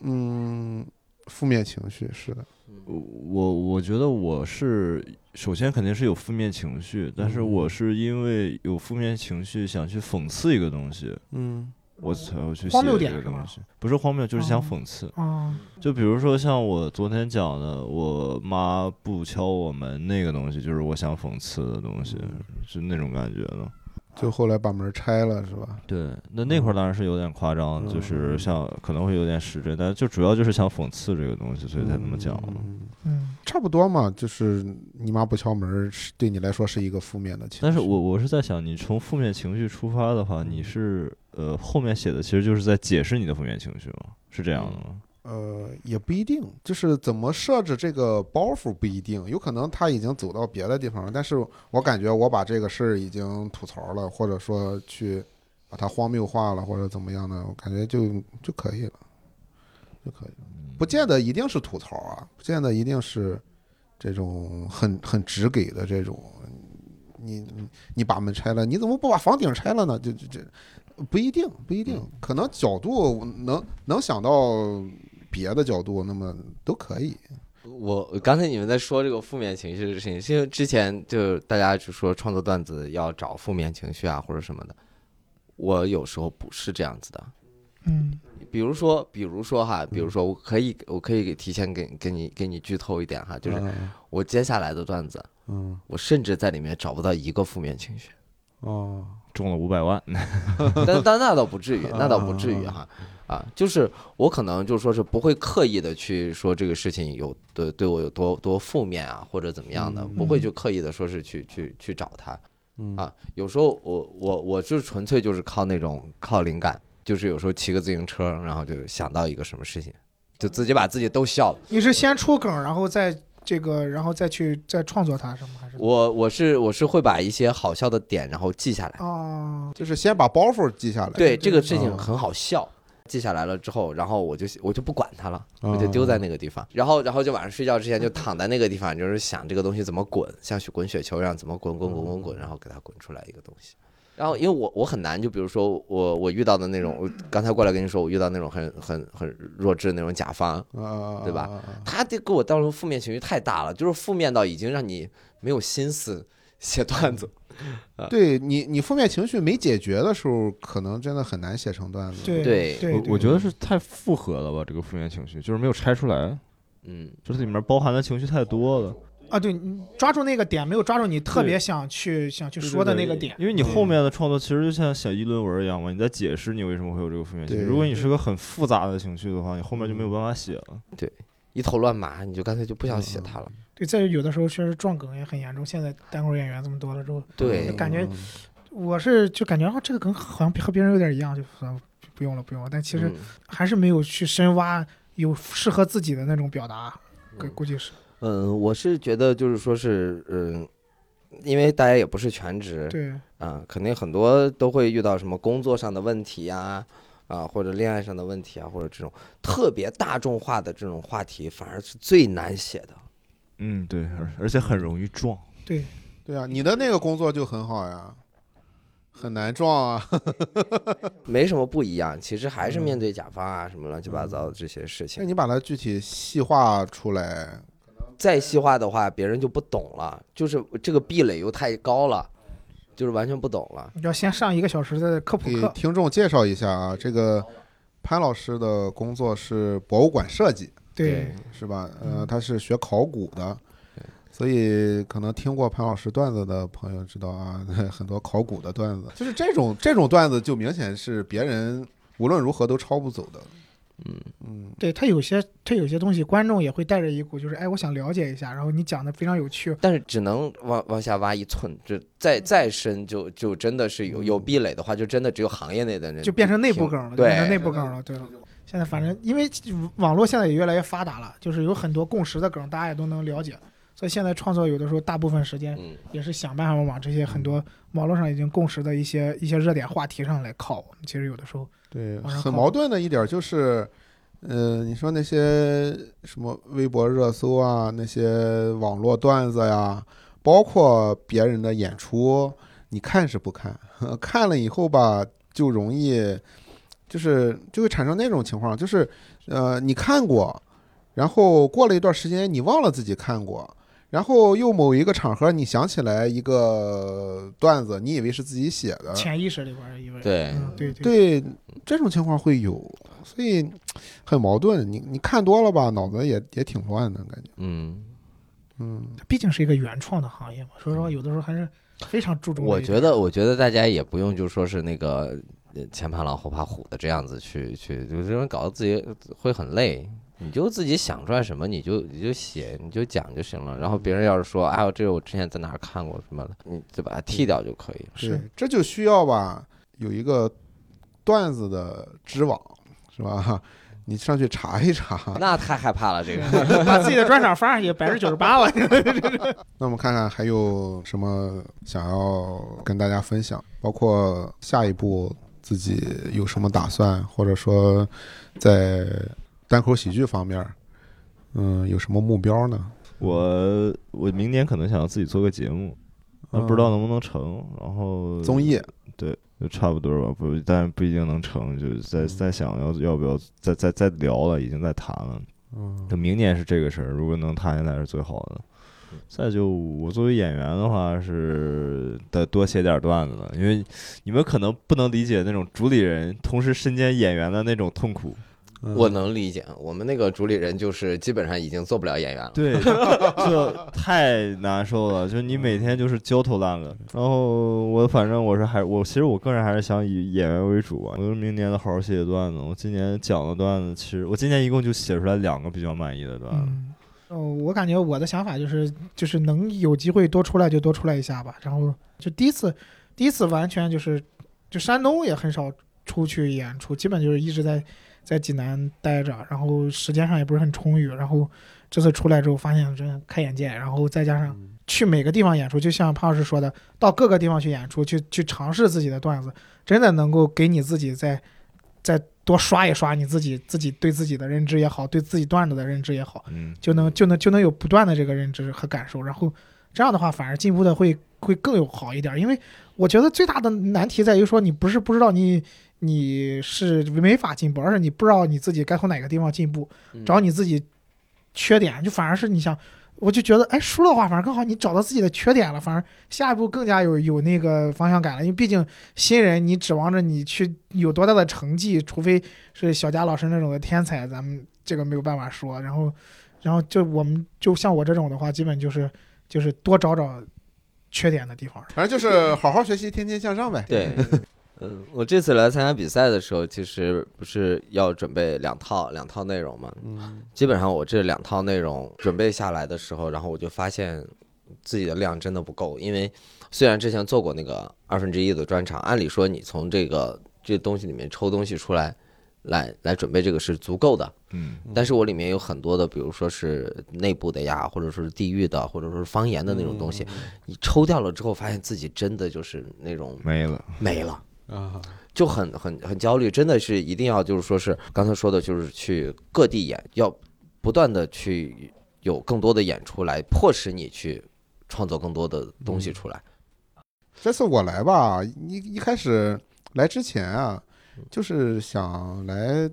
嗯，负面情绪是的，嗯我我觉得我是首先肯定是有负面情绪，但是我是因为有负面情绪想去讽刺一个东西，嗯我才我去写荒谬这点个是吗东西，不是荒谬，就是想哦讽刺。啊，就比如说像我昨天讲的，我妈不敲我门那个东西，就是我想讽刺的东西，是那种感觉的。就后来把门拆了是吧？对，那那块儿当然是有点夸张，就是像可能会有点失真，但就主要就是想讽刺这个东西，所以才那么讲嘛。嗯嗯，差不多嘛，就是你妈不敲门，是对你来说是一个负面的情绪。但是我我是在想，你从负面情绪出发的话，你是呃后面写的其实就是在解释你的负面情绪吗？是这样的吗？呃，也不一定，就是怎么设置这个包袱不一定，有可能他已经走到别的地方了，但是我感觉我把这个事儿已经吐槽了，或者说去把它荒谬化了，或者怎么样的，我感觉就就可以了，就可以了，不见得一定是吐槽啊，不见得一定是这种很很直给的这种，你你你把门拆了，你怎么不把房顶拆了呢？就就这。不一定，不一定，可能角度能能想到别的角度，那么都可以。我刚才你们在说这个负面情绪的事情，是因为之前就是大家就说创作段子要找负面情绪啊或者什么的，我有时候不是这样子的。嗯，比如说，比如说哈，比如说，我可以，我可以给提前给给你给你剧透一点哈，就是嗯我接下来的段子，嗯我甚至在里面找不到一个负面情绪，哦，中了五百万，但但那倒不至于，那倒不至于哈，啊，就是我可能就说是不会刻意的去说这个事情有对对我有多多负面啊，或者怎么样的，不会去刻意的说是去去去找他，啊，有时候我我我就纯粹就是靠那种靠灵感，就是有时候骑个自行车，然后就想到一个什么事情，就自己把自己逗笑了。你是先出梗，然后再这个，然后再去再创作它，是吗？还是我我是我是会把一些好笑的点然后记下来，哦，就是先把包袱记下来。对对这个事情嗯很好笑。记下来了之后，然后我就我就不管它了，嗯我就丢在那个地方，然后然后就晚上睡觉之前就躺在那个地方，就是想这个东西怎么滚，像雪滚雪球一样怎么滚滚滚滚滚，然后给它滚出来一个东西。然后因为我我很难，就比如说我我遇到的那种，我刚才过来跟你说我遇到那种很很很弱智的那种甲方，啊，对吧啊？啊他这给我造成负面情绪太大了，就是负面到已经让你没有心思写段子。啊对你，你负面情绪没解决的时候，可能真的很难写成段子。对对对，我我觉得是太复合了吧，这个负面情绪就是没有拆出来，嗯，就是里面包含的情绪太多了。啊，对你抓住那个点，没有抓住你特别想去想去对对说的对那个点，因为你后面的创作其实就像写议论文一样嘛，你在解释你为什么会有这个负面情绪。对如果你是个很复杂的情绪的话，你后面就没有办法写了。一头乱麻，你就干脆就不想嗯写它了。对，再有的时候确实撞梗也很严重。现在单口演员这么多了之后，对就，感觉嗯我是就感觉啊，这个梗好像和别人有点一样，就算了不用了，不用了。但其实嗯还是没有去深挖有适合自己的那种表达，估估计是嗯，我是觉得就是说是，嗯，因为大家也不是全职对啊，肯定很多都会遇到什么工作上的问题呀、啊，或者恋爱上的问题啊，或者这种特别大众化的这种话题，反而是最难写的。嗯，对，而而且很容易撞。对。对啊，你的那个工作就很好呀，很难撞啊。 没什么不一样，其实还是面对甲方啊，什么乱七八糟的这些事嗯那情。你把它具体细化出来，再细化的话，别人就不懂了，就是这个壁垒又太高了，就是完全不懂了。要先上一个小时的科普给课，听众介绍一下啊。这个潘老师的工作是博物馆设计，对，是吧？嗯呃，他是学考古的，所以可能听过潘老师段子的朋友知道啊， 很多考古的段子，就是这种这种段子就明显是别人无论如何都抄不走的。嗯嗯，对他有些他有些东西，观众也会带着一股就是哎，我想了解一下，然后你讲的非常有趣，但是只能往往下挖一寸，这嗯再再深就就真的是有有壁垒的话，就真的只有行业内的人就变成内部听梗了，就变成内对，部梗了，对了。现在反正因为网络现在也越来越发达了，就是有很多共识的梗，大家也都能了解，所以现在创作有的时候大部分时间嗯，也是想办法往这些很多网络上已经共识的一些一些热点话题上来靠。我们其实有的时候对，往上很靠矛盾的一点就是，呃，你说那些什么微博热搜啊，那些网络段子呀，包括别人的演出，你看是不看？ 看了以后吧，就容易就是就会产生那种情况，就是呃，你看过，然后过了一段时间，你忘了自己看过。然后又某一个场合，你想起来一个段子，你以为是自己写的，潜意识里边儿以为呃对嗯对对对，这种情况会有，所以很矛盾。你你看多了吧，脑子也也挺乱的感觉。嗯，嗯，它毕竟是一个原创的行业嘛，说实话，有的时候还是非常注重这一嗯我点。觉得我觉得大家也不用就说是那个呃前怕狼后怕虎的这样子去去，有些人搞得自己会很累。你就自己想出来什么，你就你就写，你就讲就行了。然后别人要是说，哎呦，这个我之前在哪儿看过什么的，你就把 它剃掉就可以了。是对，这就需要吧，有一个段子的知网是吧？ 你上去查一查。那太害怕 了，这个。把自己的专场发上去，百分之九十八了。那我们看看还有什么想要跟大家分享，包括下一步自己有什么打算，或者说在单口喜剧方面，嗯，有什么目标呢？我我明年可能想要自己做个节目，但不知道能不能成。然后嗯综艺，就差不多吧，不，但不一定能成，就在在想要要不要再再再聊了，已经在谈了。嗯就明年是这个事儿，如果能谈下来是最好的。再就我作为演员的话，是得多写点段子了，因为你们可能不能理解那种主理人同时身兼演员的那种痛苦。嗯我能理解，我们那个主理人就是基本上已经做不了演员 了。对，这太难受了。就是你每天就是焦头烂额。然后我反正我是还我其实我个人还是想以演员为主吧。我就明年的好好写写段子。我今年讲的段子，其实我今年一共就写出来两个比较满意的啊段子。嗯，哦，我感觉我的想法就是，就是能有机会多出来就多出来一下吧。然后就第一次，第一次完全就是，就山东也很少出去演出，基本就是一直在在济南待着，然后时间上也不是很充裕。然后这次出来之后，发现真的开眼界，然后再加上嗯去每个地方演出，就像潘老师说的，到各个地方去演出，去去尝试自己的段子，真的能够给你自己再再多刷一刷你自己自己对自己的认知也好，对自己段子的认知也好，嗯，就能就能就能有不断的这个认知和感受，然后这样的话反而进步的会会更有好一点，因为我觉得最大的难题在于说你不是不知道你你是没法进步，而是你不知道你自己该从哪个地方进步，嗯找你自己缺点，就反而是你想。我就觉得，哎，输了话反而更好，你找到自己的缺点了，反而下一步更加有有那个方向感了。因为毕竟新人，你指望着你去有多大的成绩，除非是小佳老师那种的天才，咱们这个没有办法说。然后，然后就我们就像我这种的话，基本就是就是多找找缺点的地方。嗯反正就是好好学习，天天向上呗。 对，嗯，我这次来参加比赛的时候，其实不是要准备两套两套内容嘛，嗯基本上我这两套内容准备下来的时候，然后我就发现自己的量真的不够，因为虽然之前做过那个二分之一的专场，按理说你从这个这东西里面抽东西出来，来来准备这个是足够的，嗯但是我里面有很多的，比如说是内部的呀，或者说是地域的，或者说是方言的那种东嗯西，你抽掉了之后，发现自己真的就是那种没了，没了。啊，就很很很焦虑，真的是一定要就是说是刚才说的，就是去各地演，要不断的去有更多的演出来，迫使你去创作更多的东西出来。这次我来吧，一一开始来之前啊，就是想来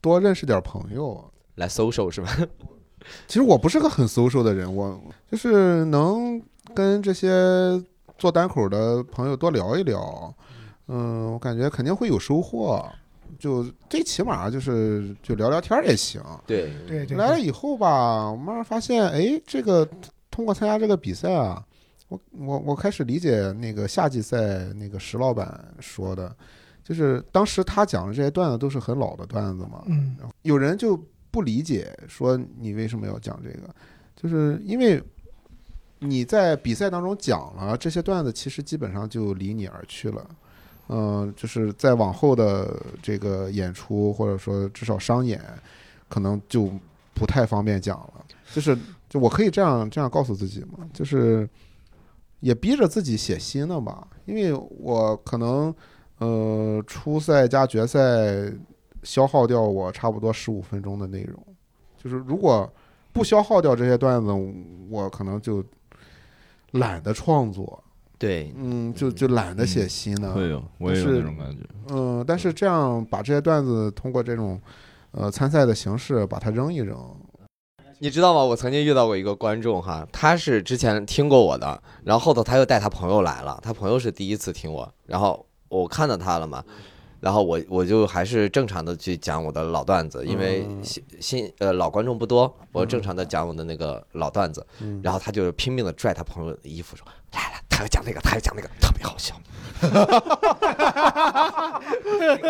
多认识点朋友，啊来 social 是吧？ 其实我不是个很 social 的人，我就是能跟这些做单口的朋友多聊一聊，嗯，我感觉肯定会有收获。就最起码就是就聊聊天儿也行。对对对来了以后吧，我慢慢发现，哎，这个通过参加这个比赛啊，我我我开始理解那个夏季赛那个石老板说的，就是当时他讲的这些段子都是很老的段子嘛，嗯有人就不理解，说你为什么要讲这个？就是因为你在比赛当中讲了这些段子，其实基本上就离你而去了。嗯、就是在往后的这个演出，或者说至少商演，可能就不太方便讲了。就是，就我可以这样这样告诉自己嘛，就是也逼着自己写新的吧，因为我可能呃初赛加决赛消耗掉我差不多十五分钟的内容。就是如果不消耗掉这些段子，我可能就懒得创作，对，嗯，就就懒得写新的。会有，我也有是那种感觉。嗯，但是这样把这些段子通过这种呃参赛的形式把它扔一扔，你知道吗？我曾经遇到过一个观众哈，他是之前听过我的，然后后头他又带他朋友来了，他朋友是第一次听我，然后我看到他了嘛，然后我我就还是正常的去讲我的老段子，因为嗯新新呃老观众不多，我正常的讲我的那个老段子，嗯然后他就拼命的拽他朋友的衣服说来来，他要讲那个，他要讲那个，特别好笑。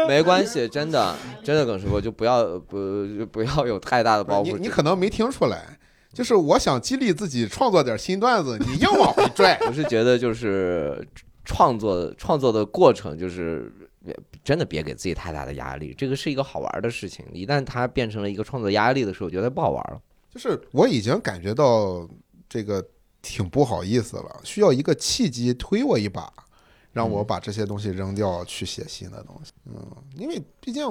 没关系，真的，真的耿师傅就不要不不要有太大的包呃你袱。。你可能没听出来，就是我想激励自己创作点新段子，你硬往回拽我是觉得就是创作创作的过程，就是真的别给自己太大的压力，这个是一个好玩的事情。一旦它变成了一个创作压力的时候，我觉得不好玩了。就是我已经感觉到这个挺不好意思了，需要一个契机推我一把，让我把这些东西扔掉，去写新的东西。嗯，因为毕竟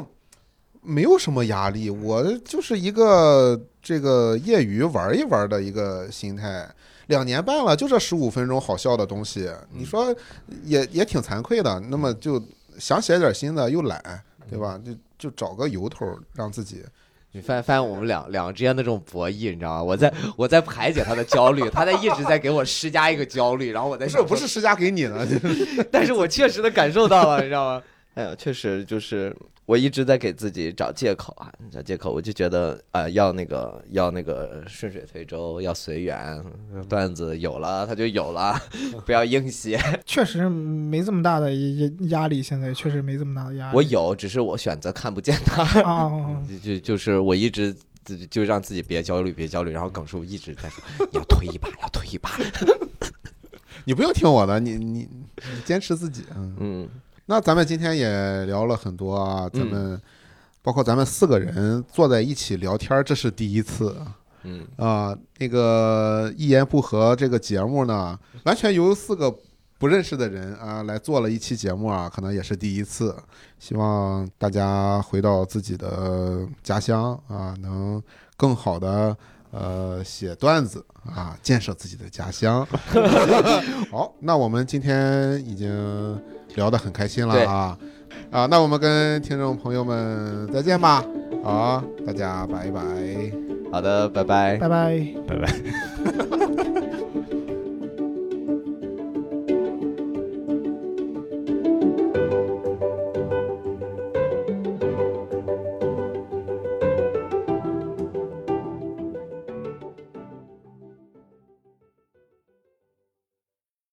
没有什么压力，我就是一个这个业余玩一玩的一个心态。两年半了，就这十五分钟好笑的东西，你说也也挺惭愧的。那么就想写点新的，又懒，对吧？就就找个由头让自己你发发现我们两两个之间的这种博弈，你知道吗？我在我在排解他的焦虑，他在一直在给我施加一个焦虑，然后我在不想是说不是施加给你的，但是我确实的感受到了，你知道吗？哎呀，确实就是我一直在给自己找借口啊，找借口，我就觉得啊、呃要那个要那个顺水推舟，要随缘，段子有了它就有了，不要硬写。确实没这么大的压压力，现在确实没这么大的压力。我有，只是我选择看不见它， 啊啊， 啊就就就是我一直。就就让自己别焦虑，别焦虑。然后耿叔一直在说：“你要推一把，要推一把。你不用听我的，你你你坚持自己。”嗯，嗯，那咱们今天也聊了很多啊，咱们包括咱们四个人坐在一起聊天儿，这是第一次。嗯啊、那个一言不合这个节目呢，完全由四个不认识的人啊来做了一期节目啊，可能也是第一次。希望大家回到自己的家乡啊，能更好的呃写段子啊，建设自己的家乡。 好，那我们今天已经聊得很开心了啊啊，那我们跟听众朋友们再见吧。好，大家拜拜。好的，拜拜。拜拜。拜拜。